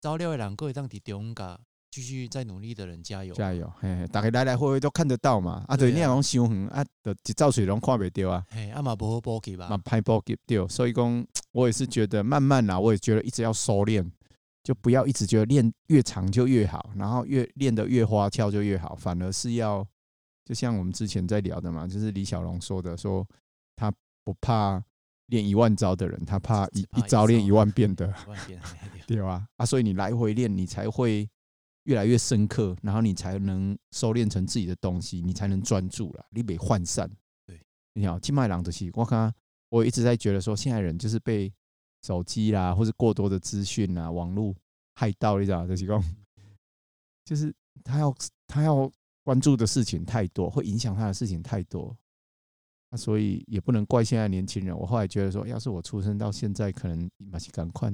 Speaker 3: 招料的人各会当地中噶，继续再努力的人加油。
Speaker 2: 加油！嘿，嘿大家来来回回都看得到嘛。啊，
Speaker 3: 对
Speaker 2: 对，
Speaker 3: 啊
Speaker 2: 你若讲伤远啊，就一照水拢看袂到啊，
Speaker 3: 嘿，阿玛不好波给
Speaker 2: 嘛
Speaker 3: 吧？
Speaker 2: 拍波给掉。所以讲，我也是觉得慢慢啦，我也觉得一直要收敛，就不要一直觉得练越长就越好，然后越练得越花俏就越好，反而是要就像我们之前在聊的嘛，就是李小龙说的，说他不怕练一万招的人，他怕
Speaker 3: 只
Speaker 2: 一
Speaker 3: 怕
Speaker 2: 一
Speaker 3: 一
Speaker 2: 招练
Speaker 3: 招
Speaker 2: 一万遍的。
Speaker 3: 万遍嘿对
Speaker 2: 对啊，啊，所以你来回练，你才会越来越深刻，然后你才能收敛成自己的东西，你才能专注啦，你别涣散。
Speaker 3: 对，
Speaker 2: 你好，金麦郎的戏，我看我一直在觉得说，现在人就是被手机啦，或是过多的资讯啦、网络害到，你知道，就是讲，就是他要他要关注的事情太多，会影响他的事情太多。那所以也不能怪现在年轻人。我后来觉得说，要是我出生到现在，可能马是赶快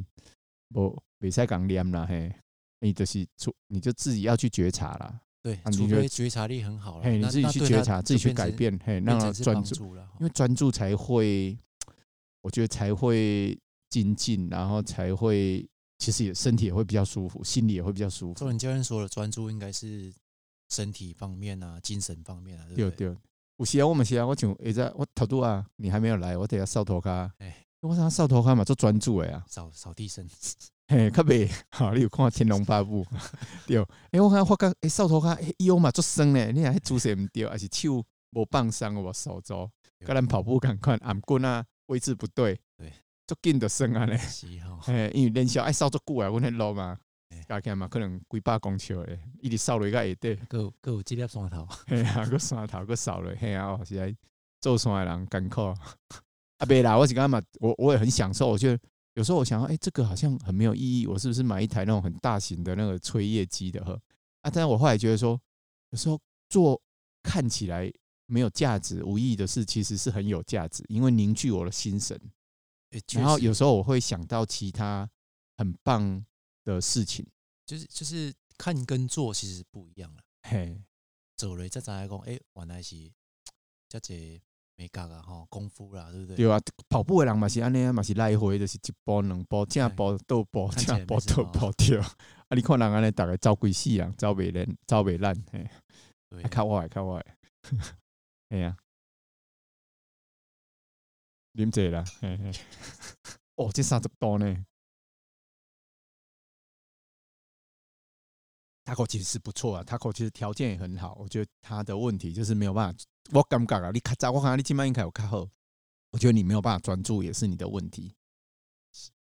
Speaker 2: 无袂使讲念啦嘿，你就是出你就自己要去觉察啦，
Speaker 3: 对
Speaker 2: 啊，你
Speaker 3: 除
Speaker 2: 觉得
Speaker 3: 非觉察力很好了，
Speaker 2: 嘿，
Speaker 3: 哦
Speaker 2: 你
Speaker 3: 那
Speaker 2: 自己
Speaker 3: 那
Speaker 2: 去
Speaker 3: 对
Speaker 2: 觉
Speaker 3: 他
Speaker 2: 察，
Speaker 3: 就
Speaker 2: 自己去
Speaker 3: 变
Speaker 2: 改
Speaker 3: 成，
Speaker 2: 变，嘿，
Speaker 3: 变
Speaker 2: 让他
Speaker 3: 成是
Speaker 2: 专
Speaker 3: 帮
Speaker 2: 注，
Speaker 3: 助了哈。
Speaker 2: 因为专注才会，我觉得才会精进，然后才会其实也身体也会比较舒服，心里也会比较舒
Speaker 3: 周
Speaker 2: 服。
Speaker 3: 文教练说了，专注应该是身体方面啊，精神方面啊，对
Speaker 2: 对
Speaker 3: 不对？
Speaker 2: 对，有时啊，我们是啊，我像会在我头拄啊，你还没有来，我等下扫涂骹
Speaker 3: 哎，
Speaker 2: 我想扫涂骹嘛，做专注诶啊。
Speaker 3: 扫扫地 僧，
Speaker 2: 嘿，较袂吼，你有看《天龙八部》 对？诶、我看发觉诶，扫涂骹诶腰嘛足酸咧，你若迄姿势毋对，还是手无放松有无手肘，甲咱跑步共款，颔棍啊位置不对，
Speaker 3: 对，
Speaker 2: 足紧就酸 啊咧。
Speaker 3: 喜好，
Speaker 2: 嘿，因为连续爱扫足久啊，阮迄路嘛
Speaker 3: 嘿，
Speaker 2: 加起来嘛可能几百公尺诶，一直扫落去到下底，
Speaker 3: 各有各有几粒山头，
Speaker 2: 嘿啊，个山头个扫落，嘿啊，哦，是来做山诶人艰苦。啊， 袂啦，我是感觉嘛，我我也很享受，我觉得。有时候我想到，哎、这个好像很没有意义，我是不是买一台那种很大型的那个吹叶机的呵？啊，但是我后来觉得说，有时候做看起来没有价值、无意义的事，其实是很有价值，因为凝聚我的心神。
Speaker 3: 诶
Speaker 2: 然后
Speaker 3: 确实
Speaker 2: 有时候我会想到其他很棒的事情，
Speaker 3: 就是就是看跟做其实不一样了。
Speaker 2: 嘿，
Speaker 3: 做了才知影讲，诶、原来是遮济美甲啊，吼，功夫啦，对不对？
Speaker 2: 对啊，跑步的人嘛是安尼啊，嘛是来回就是一步两步，正步倒步，
Speaker 3: 看起来
Speaker 2: 正步
Speaker 3: 没什
Speaker 2: 倒
Speaker 3: 么
Speaker 2: 步对。啊，你看人安尼大概走几世人，走袂烂，走袂烂，嘿，
Speaker 3: 对
Speaker 2: 啊，较我的，较 我的，嘿啊，啉者啦，嘿嘿，哦，这三十度呢，他口其实是不错啊，他口其实条件也很好，我觉得他的问题就是没有办法，我感觉啊，你较早我看你今晚应该有较好，我觉得你没有办法专注也是你的问题。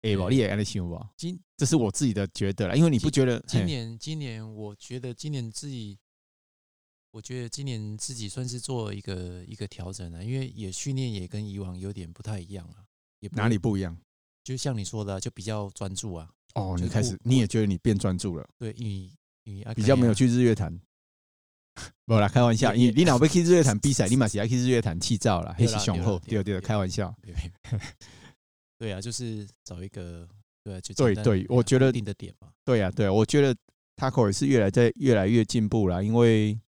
Speaker 2: 哎、欸，
Speaker 3: 对
Speaker 2: 你也安尼想无？
Speaker 3: 今
Speaker 2: 这是我自己的觉得啦，因为你不觉得
Speaker 3: 今
Speaker 2: 嘿
Speaker 3: 年今年，我觉得今年自己，我觉得今年自己算是做一个一个调整了、啊因为也训练也跟以往有点不太一样啊，也不
Speaker 2: 哪里不一样？
Speaker 3: 就像你说的啊、就比较专注啊，
Speaker 2: 哦，
Speaker 3: 就
Speaker 2: 你
Speaker 3: 是
Speaker 2: 开
Speaker 3: 我
Speaker 2: 始你也觉得你变专注了。
Speaker 3: 对，你你
Speaker 2: 比较没有，去日月潭。 无啦，开玩笑，你你若要去日月潭比赛，你嘛是要去日月潭气照啦，迄
Speaker 3: 对
Speaker 2: 是
Speaker 3: 啦
Speaker 2: 上好，对
Speaker 3: 对啦
Speaker 2: 对，
Speaker 3: 对啦
Speaker 2: 开玩笑。
Speaker 3: 对 对啊，就是找一个对啊，就
Speaker 2: 对
Speaker 3: 简单
Speaker 2: 对我觉得
Speaker 3: 固定的点嘛，
Speaker 2: 对啊，对啊，我觉得 Taco 也是越来在越来越进步啦，因为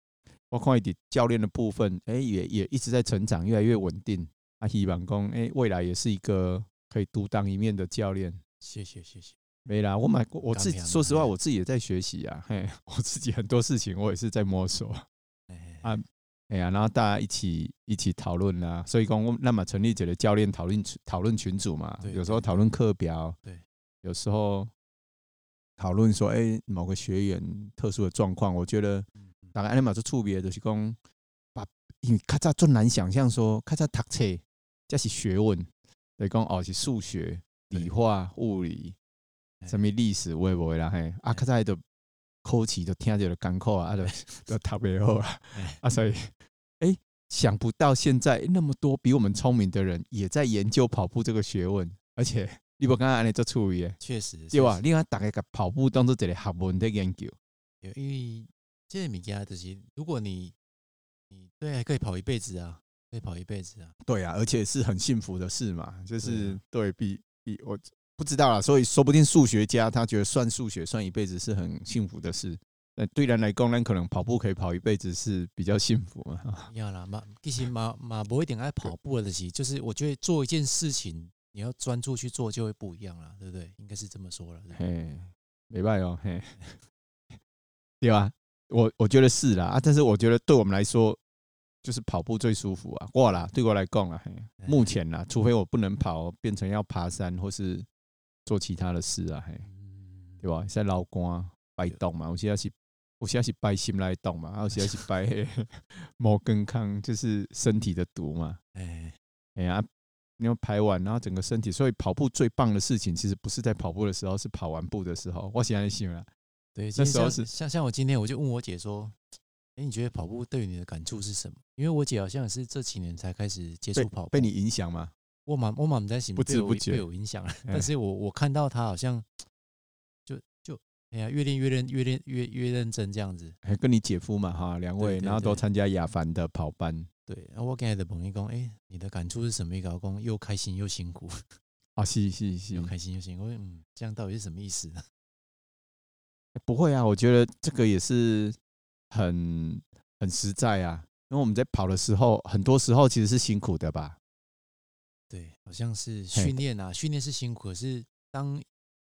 Speaker 2: 我看一点教练的部分，哎、也也一直在成长，越来越稳定。啊，希望讲，哎、未来也是一个可以独当一面的教练。
Speaker 3: 谢谢谢谢，
Speaker 2: 没啦，我买过，我自己
Speaker 3: 当然
Speaker 2: 说实话，
Speaker 3: 当然
Speaker 2: 我自己也在学习啊，嘿， 我自己很多事情我也是在摸索。
Speaker 3: 哎、
Speaker 2: 啊哎呀、然后大家一起一起讨论啦，所以讲我们那么成立几个教练讨论群讨论群组嘛，
Speaker 3: 对
Speaker 2: 有时候讨论课表，
Speaker 3: 对，
Speaker 2: 有时候讨论说，哎、某个学员特殊的状况，我觉得
Speaker 3: 嗯嗯
Speaker 2: 大概安尼嘛就触别就是讲，把因为较早最难想象说，较早读册这是学问，就是讲哦是数学、
Speaker 3: 对
Speaker 2: 理化、物理，
Speaker 3: 哎
Speaker 2: 什么历史我也不会啦嘿，啊
Speaker 3: 哎
Speaker 2: 较早就考试就听着就艰苦啊，啊就 就读袂好啊
Speaker 3: 哎，
Speaker 2: 啊所以诶想不到现在那么多比我们聪明的人也在研究跑步这个学问，而且你不刚刚安尼做处理的，
Speaker 3: 确实
Speaker 2: 对啊
Speaker 3: 确
Speaker 2: 吧
Speaker 3: 实？
Speaker 2: 你看大家把跑步当做一个学问在研究，
Speaker 3: 对因为这个物件就是，如果你你对还可以跑一辈子啊，可以跑一辈子啊，
Speaker 2: 对啊，而且是很幸福的事嘛，就
Speaker 3: 对
Speaker 2: 是
Speaker 3: 啊
Speaker 2: 对比比我不知道啦，所以说不定数学家他觉得算数学算一辈子是很幸福的事。那对人来讲，那可能跑步可以跑一辈子是比较幸福嘛。
Speaker 3: 要啦嘛，其实嘛嘛不一定爱跑步的就是，就是我觉得做一件事情，你要专注去做就会不一样啦，对不对？应该是这么说了。对不对
Speaker 2: 嘿，没办哦，嘿， 对吧、我我觉得是啦啊，但是我觉得对我们来说，就是跑步最舒服啊，哇啦，对我来讲啦，嘿，目前啦，除非我不能跑，变成要爬山或是做其他的事啊，嘿，
Speaker 3: 嗯
Speaker 2: 对吧？现在老官摆动嘛，有时在是，有时在是摆心来动嘛，啊，有时在是摆 摩根康，就是身体的毒嘛，
Speaker 3: 哎，
Speaker 2: 哎呀，你要排完，然后整个身体，所以跑步最棒的事情，其实不是在跑步的时候，是跑完步的时候。我喜欢你想啦，啊
Speaker 3: 对，今天
Speaker 2: 时候
Speaker 3: 像
Speaker 2: 是
Speaker 3: 像像我今天我就问我姐说，哎，你觉得跑步对你的感触是什么？因为我姐好像也是这几年才开始接
Speaker 2: 被
Speaker 3: 触跑步，
Speaker 2: 被你影响吗？
Speaker 3: 我满我满在行，
Speaker 2: 不
Speaker 3: 被
Speaker 2: 知
Speaker 3: 我
Speaker 2: 不觉
Speaker 3: 被我影响了。
Speaker 2: 哎
Speaker 3: 但是我我看到他好像就就哎呀，越练越认越练越越认真这样子。
Speaker 2: 还跟你姐夫嘛哈，两位，
Speaker 3: 对对
Speaker 2: 然后都
Speaker 3: 对
Speaker 2: 参加雅凡的跑班
Speaker 3: 对，然后我刚才的朋友讲，哎、你的感触是什么？一个讲又开心又辛苦，
Speaker 2: 啊，是是是
Speaker 3: 又，开心又辛苦。我说嗯，这样到底是什么意思呢？
Speaker 2: 不会啊，我觉得这个也是很很实在啊，因为我们在跑的时候，很多时候其实是辛苦的吧。
Speaker 3: 对，好像是
Speaker 2: 嘿
Speaker 3: 训练啊，训练是辛苦，可是当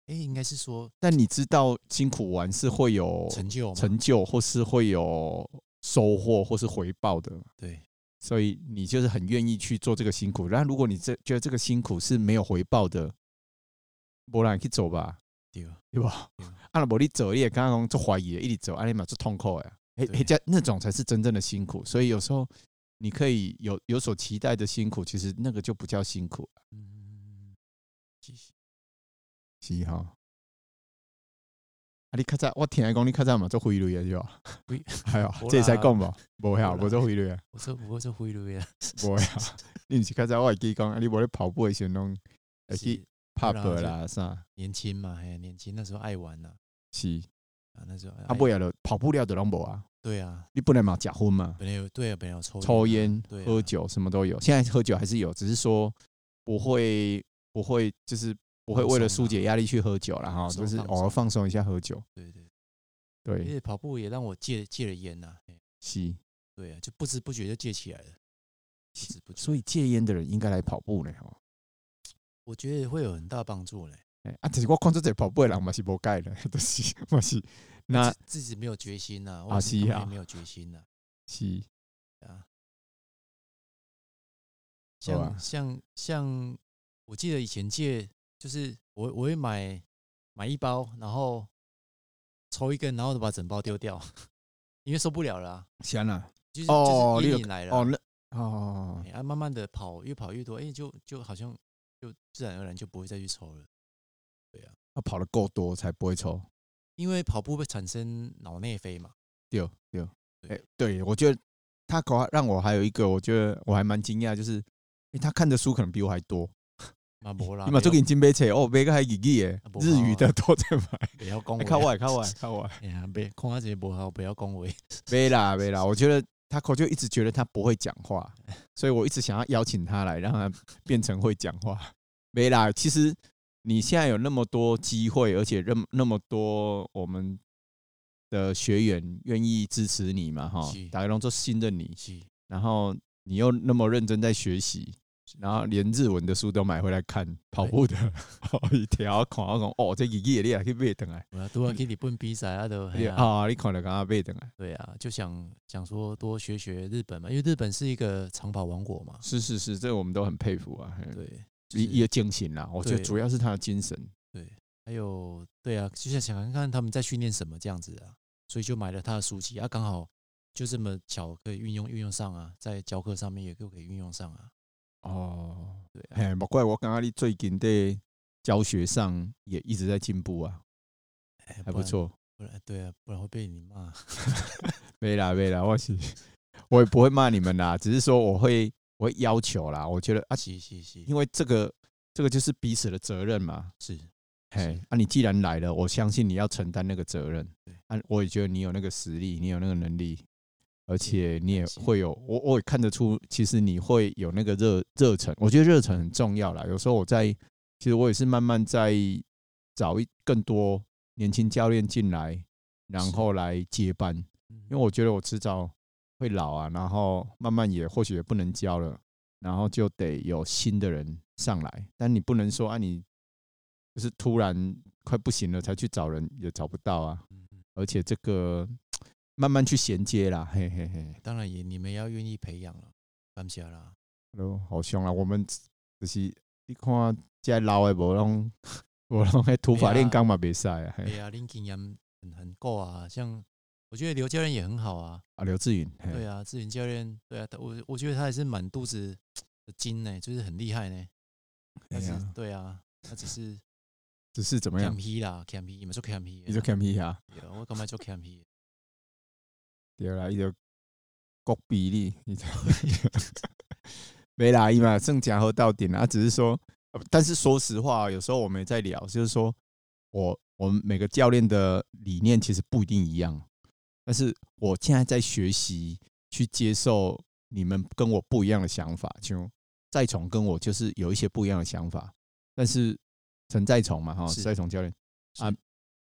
Speaker 3: 哎、应该是说
Speaker 2: 但你知道辛苦完是会有
Speaker 3: 成就嘛，
Speaker 2: 成就，或是会有收获，或是回报的。
Speaker 3: 对
Speaker 2: 所以你就是很愿意去做这个辛苦。然后如果你这觉得这个辛苦是没有回报的，不然去走吧，
Speaker 3: 对啊，
Speaker 2: 对吧？
Speaker 3: 对
Speaker 2: 啊，无你走，你也刚刚做怀疑的，一直走，啊，你嘛做痛苦呀。哎
Speaker 3: 对
Speaker 2: 哎，加那种才是真正的辛苦。所以有时候你可以有有所期待的辛苦，其实那个就不叫辛苦，
Speaker 3: 嗯，是是
Speaker 2: 是哈。啊，你较早我听人讲你较早嘛做汇率的对吧？
Speaker 3: 汇
Speaker 2: 哎呦
Speaker 3: 无，
Speaker 2: 这才
Speaker 3: 啦
Speaker 2: 讲无，无呀，
Speaker 3: 无啦
Speaker 2: 无做汇率啊。
Speaker 3: 我说我说回路呀，
Speaker 2: 无呀， 你毋是较早我会记讲，啊，你无咧跑步诶时阵拢会去
Speaker 3: 是
Speaker 2: pub
Speaker 3: 是
Speaker 2: 啦啥，
Speaker 3: 年轻嘛，嘿，年轻那时候爱玩呐，
Speaker 2: 是
Speaker 3: 啊，那时候
Speaker 2: 啊，
Speaker 3: 爱
Speaker 2: 尾啊就跑步了就拢无啊，
Speaker 3: 对啊，
Speaker 2: 你本来嘛食薰嘛，
Speaker 3: 本来有对啊，本来有抽啊
Speaker 2: 抽烟、
Speaker 3: 对啊
Speaker 2: 喝酒什么都有，现在喝酒还是有，只是说不会不会就是不会为
Speaker 3: 放
Speaker 2: 了
Speaker 3: 松
Speaker 2: 疏
Speaker 3: 啊
Speaker 2: 解压力去喝酒了哈，
Speaker 3: 放松
Speaker 2: 就是
Speaker 3: 放
Speaker 2: 偶尔
Speaker 3: 松
Speaker 2: 放松一下喝酒，
Speaker 3: 对对，而
Speaker 2: 对，
Speaker 3: 且跑步也让我戒戒了烟呐，嘿
Speaker 2: 是，
Speaker 3: 对啊，就不知不觉就戒起来了，不知不觉，
Speaker 2: 所以戒烟的人应该来跑步呢吼。
Speaker 3: 我觉得会有很大帮助嘞，
Speaker 2: 哎啊，只是我看这这跑步的人嘛是无改的， 都是嘛是那
Speaker 3: 自自己没有决心呐，
Speaker 2: 啊
Speaker 3: 我
Speaker 2: 是
Speaker 3: 也
Speaker 2: 啊
Speaker 3: 没有决心呐，
Speaker 2: 是
Speaker 3: 啊，
Speaker 2: 对啊
Speaker 3: 像像像，我记得以前借就是我我会买买一包，然后抽一根，然后把整包丢掉， 因为受不了了、啊，
Speaker 2: 香啦
Speaker 3: 就是
Speaker 2: 哦
Speaker 3: 就是啊
Speaker 2: 你有
Speaker 3: 阴影来了，
Speaker 2: 哦那哦
Speaker 3: 哎、啊，慢慢的跑越跑越多，哎、就就好像就自然而然就不会再去抽了，
Speaker 2: 要啊跑得够多才不会抽。
Speaker 3: 因为跑步会产生脑内啡嘛，
Speaker 2: 对对，哎、
Speaker 3: 对
Speaker 2: 对我觉得他搞让我还有一个，我觉得我还蛮惊讶，就是、诶他看的书可能比我还多。
Speaker 3: 嘛不啦，啊
Speaker 2: 你嘛最近金杯册哦，买个还日语耶
Speaker 3: 啊，不欸
Speaker 2: 日语的
Speaker 3: 好
Speaker 2: 都在买。
Speaker 3: 不要恭维，
Speaker 2: 看哎我，看 我，看我，
Speaker 3: 哎呀，别空阿姐不好，不要恭 维，
Speaker 2: 没啦没啦，我觉得他口就一直觉得他不会讲 话，所以我一直想要邀请他来，让他变成会讲话。 没啦，其实你现在有那么多机会，而且那么那么多我们的学员愿意支持你嘛，哈
Speaker 3: 是，
Speaker 2: 打开龙就信任你，
Speaker 3: 是
Speaker 2: 然后你又那么认真在学习，然后连日文的书都买回来看，跑步的 哦一条看我讲哦，这日语的你也去买等来，
Speaker 3: 我要都要去日本比赛啊都，哎
Speaker 2: 你
Speaker 3: 呀
Speaker 2: 啊，你看了刚刚买等来，
Speaker 3: 对啊，就想想说多学学日本嘛，因为日本是一个长跑王国嘛。
Speaker 2: 是是是，这个我们都很佩服啊，嘿
Speaker 3: 对，就
Speaker 2: 也
Speaker 3: 是
Speaker 2: 也精神啦，我觉得
Speaker 3: 对
Speaker 2: 主要是他的精神，
Speaker 3: 还有对啊，就想想看看他们在训练什么这样子啊，所以就买了他的书籍啊，刚好就这么巧可以运用运用上啊，在教课上面也都可以运用上啊。
Speaker 2: 哦，
Speaker 3: 对啊，
Speaker 2: 嘿，莫怪我刚刚你最近在教学上也一直在进步啊，
Speaker 3: 哎
Speaker 2: 还不。错。
Speaker 3: 不然不然对啊，不然会被你骂。
Speaker 2: 没啦没啦，我是我也不会骂你们啦， 只是说我会我会要求啦，我 觉得啊，
Speaker 3: 是是是
Speaker 2: 因为这个这个就是彼此的责任嘛。
Speaker 3: 是，
Speaker 2: 嘿
Speaker 3: 是，
Speaker 2: 啊，你既然来了，我相信你要承担那个责任
Speaker 3: 对。
Speaker 2: 啊，我也觉得你有那个实力，你有那个能力，而且你也
Speaker 3: 感谢
Speaker 2: 会有，我我也看得出，其实你会有那个热热忱。我觉得热忱很重要啦。有时候我在，其实我也是慢慢在找一更多年轻教练进来，然
Speaker 3: 是
Speaker 2: 后来接班，
Speaker 3: 因
Speaker 2: 因为我觉得我迟早会老啊，然后慢慢也或许也不能教了，然后就得有新的人上来。但你不能说啊，你就是突然快不行了才去找人，也找不到啊。
Speaker 3: 嗯
Speaker 2: 而且这个慢慢去衔接啦，嘿嘿嘿。
Speaker 3: 当然也你们要愿意培养了，感谢啦。
Speaker 2: 都好凶啊啦，我们就是你看这老的无拢无拢迄土法炼钢嘛袂使啊。
Speaker 3: 哎
Speaker 2: 嘿
Speaker 3: 呀，林经验很很够啊，像我觉得刘教练也很好啊，
Speaker 2: 啊，刘志云，嘿
Speaker 3: 对啊，志远教练，对啊，他我我觉得他也是满肚子的筋呢、就是很厉害呢、但是、
Speaker 2: 哎呀
Speaker 3: 对啊，他只是
Speaker 2: 只是怎么样
Speaker 3: cam？p 啦，cam p 你们做 cam p，
Speaker 2: 你就 c a m p 啊，
Speaker 3: 对啊我干嘛做 cam p？
Speaker 2: 对啦，伊就国比例，你知道吗？ 没啦，伊嘛正讲和到点啦，啊只是说，呃但是说实话，啊有时候我们也在聊，就是说我我们每个教练的理念其实不一定一样，但是我现在在学习去接受你们跟我不一样的想法，就在宠跟我就是有一些不一样的想法，但是陈在宠嘛，哈，
Speaker 3: 是
Speaker 2: 在宠教练
Speaker 3: 是
Speaker 2: 啊，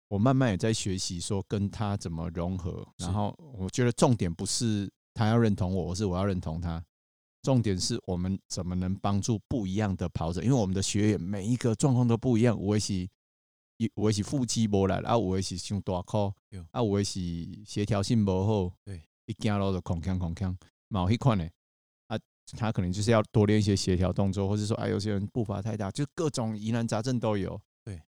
Speaker 2: 我慢慢也在学习说跟他怎么融合，
Speaker 3: 是
Speaker 2: 然后我觉得重点不是他要认同我，而是我要认同他。重点是我们怎么能帮助不一样的跑者，因为我们的学员每一个状况都不一样，有的是有的是腹肌无力，啊有的是胸大箍
Speaker 3: 对，
Speaker 2: 啊有的是协调性无好，
Speaker 3: 对，
Speaker 2: 一走路就空腔空腔，嘛有迄款的。啊，他可能就是要多练一些协调动作，或者说，哎，有些人步伐太大，就各种疑难杂症都有。
Speaker 3: 对，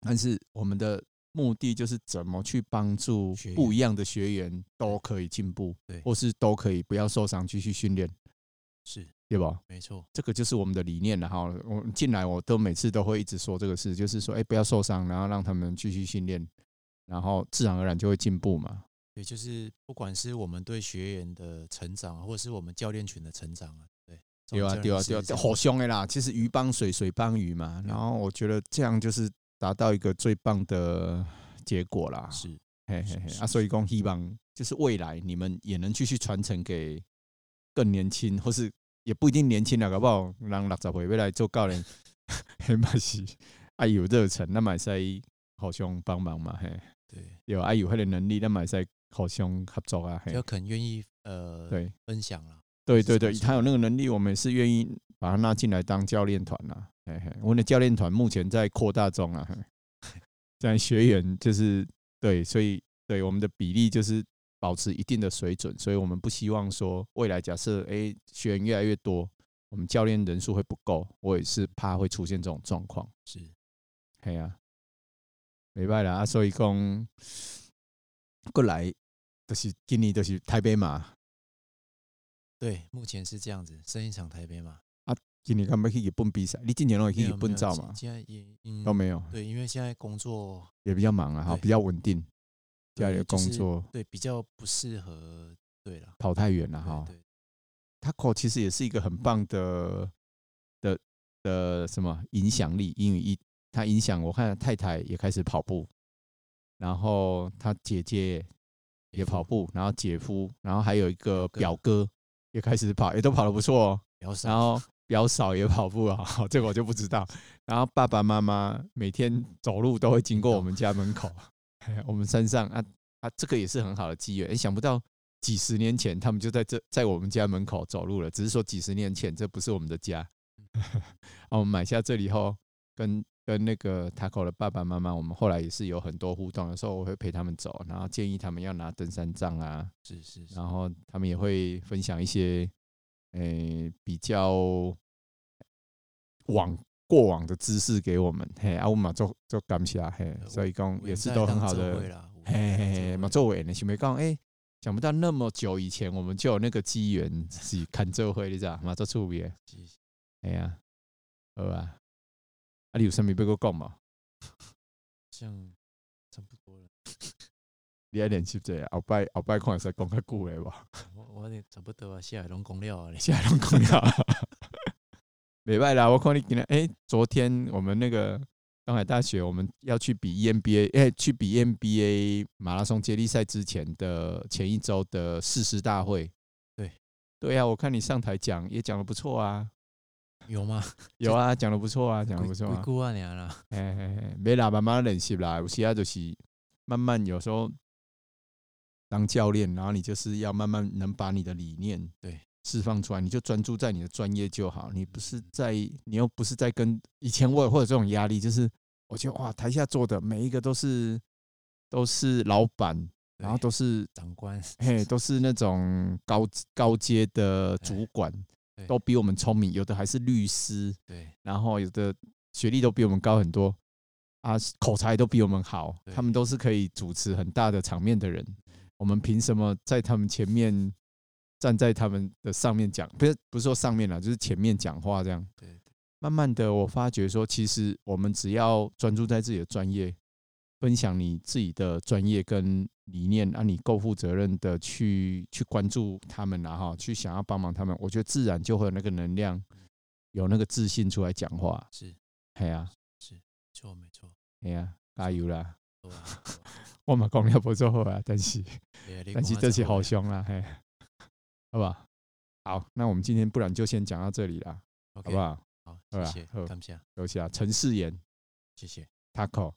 Speaker 2: 但是我们的目的就是怎么去帮助
Speaker 3: 学员
Speaker 2: 不一样的学员都可以进步，
Speaker 3: 对
Speaker 2: 或是都可以不要受伤，继续训练，
Speaker 3: 是
Speaker 2: 对吧？
Speaker 3: 没错，
Speaker 2: 这个就是我们的理念了哈。我进来我都每次都会一直说这个事，就是说，哎，不要受伤，然后让他们继续训练，然后自然而然就会进步嘛。
Speaker 3: 也就是不管是我们对学员的成长，啊或者是我们教练群的成长啊，对，
Speaker 2: 对啊，对啊，对啊，对啊好凶的啦！其实鱼帮水，水帮鱼嘛。
Speaker 3: 嗯
Speaker 2: 然后我觉得这样就是达到一个最棒的结果啦。
Speaker 3: 是
Speaker 2: 嘿嘿
Speaker 3: 是
Speaker 2: 嘿
Speaker 3: 是
Speaker 2: 啊，所以讲希望就是未来你们也能继续传承给更年轻，或是也不一定年轻啦，搞不好人六十岁要来做教练， 嘿嘛是啊有热忱，那嘛使互相帮忙嘛嘿，
Speaker 3: 对，
Speaker 2: 有啊有迄个能力，那嘛使互相合作啊嘿
Speaker 3: 只。要肯愿意呃
Speaker 2: 对
Speaker 3: 分享啦，
Speaker 2: 对
Speaker 3: 是
Speaker 2: 对
Speaker 3: 这
Speaker 2: 对，
Speaker 3: 么说
Speaker 2: 他有那个能力，我们也是愿意把他纳进来当教练团啦。嘿嘿，我们的教练团目前在扩大中啊， 嘿在学员就是对，所以对我们的比例就是保持一定的水准，所以我们不希望说未来假设诶学员越来越多，我们教练人数会不够，我也是怕会出现这种状况。
Speaker 3: 是
Speaker 2: 系啊，袂歹啦啊，所以讲过来就是今年就是台北嘛，
Speaker 3: 对，目前是这样子，生一场台北嘛，
Speaker 2: 今年敢要去日本比赛？你今年拢会
Speaker 3: 没
Speaker 2: 去日
Speaker 3: 有没
Speaker 2: 本
Speaker 3: 有
Speaker 2: 照
Speaker 3: 现
Speaker 2: 嘛？
Speaker 3: 现在也嗯
Speaker 2: 都没有，
Speaker 3: 对，因为现在工作
Speaker 2: 也比较忙啊，哈，
Speaker 3: 对
Speaker 2: 比较稳定，家里
Speaker 3: 对就
Speaker 2: 的工
Speaker 3: 是
Speaker 2: 作
Speaker 3: 对比较不适合，对了，
Speaker 2: 跑太远了
Speaker 3: 对
Speaker 2: 哈。
Speaker 3: 对嗯
Speaker 2: Taco 其实也是一个很棒的的的什么影响力，因为一他影响我看太太也开始跑步，然后他姐姐也跑步，然后姐夫，然后还有一个
Speaker 3: 表
Speaker 2: 表哥也开始跑，也都跑得不错哦。
Speaker 3: 比较少，
Speaker 2: 然后表嫂也跑步啊， 这个我就不知道。然后爸爸妈妈每天走路都会经过我们家门口， 哎我们山上啊啊，这个也是很好的机缘。哎想不到几十年前他们就在这在我们家门口走路了，只是说几十年前这不是我们的家。 啊，我们买下这里后，跟跟那个 Taco 的爸爸妈妈，我们后来也是有很多互动。有时候我会陪他们走，然后建议他们要拿登山杖啊，
Speaker 3: 是是是，
Speaker 2: 然后他们也会分享一些，诶、比较往过往的知识给我们。嘿，啊，我嘛做做感谢，嘿，
Speaker 3: 呃
Speaker 2: 所以讲
Speaker 3: 我
Speaker 2: 也
Speaker 3: 们
Speaker 2: 是
Speaker 3: 在
Speaker 2: 都很
Speaker 3: 当
Speaker 2: 好
Speaker 3: 这
Speaker 2: 的
Speaker 3: 会。啦，我们
Speaker 2: 嘿
Speaker 3: 在当
Speaker 2: 嘿
Speaker 3: 这
Speaker 2: 嘿，
Speaker 3: 会
Speaker 2: 嘛作为呢，想袂讲，诶、想不到那么久以前我们就有那个机缘是看这会，你知道嘛做趣味的。
Speaker 3: 是是
Speaker 2: 哎呀、好啊，啊，你有啥物要我讲无？
Speaker 3: 像差不多了，
Speaker 2: 你爱练习者，后摆后摆看会使讲较久诶无？
Speaker 3: 我我得差不多啊，下来拢讲了啊，你
Speaker 2: 现在拢讲了，没办啦。我看你今天，哎、昨天我们那个东海大学，我们要去比 EMBA，哎、去比 EMBA 马拉松接力赛之前的前一周的誓师大会。
Speaker 3: 对，
Speaker 2: 对啊呀、我看你上台讲也讲的不错啊，
Speaker 3: 有吗？
Speaker 2: 有啊，讲的不错啊，讲的不错啊。
Speaker 3: 姑啊娘啦，
Speaker 2: 哎哎哎，没啦，慢慢练习啦。有时啊，就是慢慢，有时候当教练，然后你就是要慢慢能把你的理念
Speaker 3: 对
Speaker 2: 释放出来，你就专注在你的专业就好。你不
Speaker 3: 嗯
Speaker 2: 是在，你又不是在跟以前我也会有这种压力，就是我觉得哇，台下坐的每一个都是都是老板，然后
Speaker 3: 对
Speaker 2: 都是
Speaker 3: 长官，
Speaker 2: 嘿，都是那种高高阶的主管
Speaker 3: 对，
Speaker 2: 都比我们聪明，有的还是律师，
Speaker 3: 对
Speaker 2: 然后有的学历都比我们高很多，啊，口才都比我们好，
Speaker 3: 对
Speaker 2: 他们都是可以主持很大的场面的人，我们凭什么在他们前面站在他们的上面讲？不是不是说上面啦，就是前面讲话这样。
Speaker 3: 对对
Speaker 2: 慢慢的，我发觉说，其实我们只要专注在自己的专业，分享你自己的专业跟理念，啊，你够负责任的去去关注他们啦，哈，去想要帮忙他们，我觉得自然就会有那个能量，有那个自信出来讲话。
Speaker 3: 是
Speaker 2: 系啊，
Speaker 3: 没错没错，
Speaker 2: 系啊，加油啦！
Speaker 3: 对啊，对 啊
Speaker 2: 我嘛讲了不做好啊，但是
Speaker 3: 对啊你
Speaker 2: 但是
Speaker 3: 讲啊
Speaker 2: 这
Speaker 3: 才
Speaker 2: 是
Speaker 3: 会
Speaker 2: 好
Speaker 3: 啊
Speaker 2: 凶啦，嘿，好吧，好，那我们今天不然就先讲到这里啦，好
Speaker 3: ，OK，
Speaker 2: 不好？
Speaker 3: 好，
Speaker 2: 好啦
Speaker 3: 谢谢
Speaker 2: 好，
Speaker 3: 感谢，
Speaker 2: 留下陈世言
Speaker 3: 谢谢。
Speaker 2: Taco。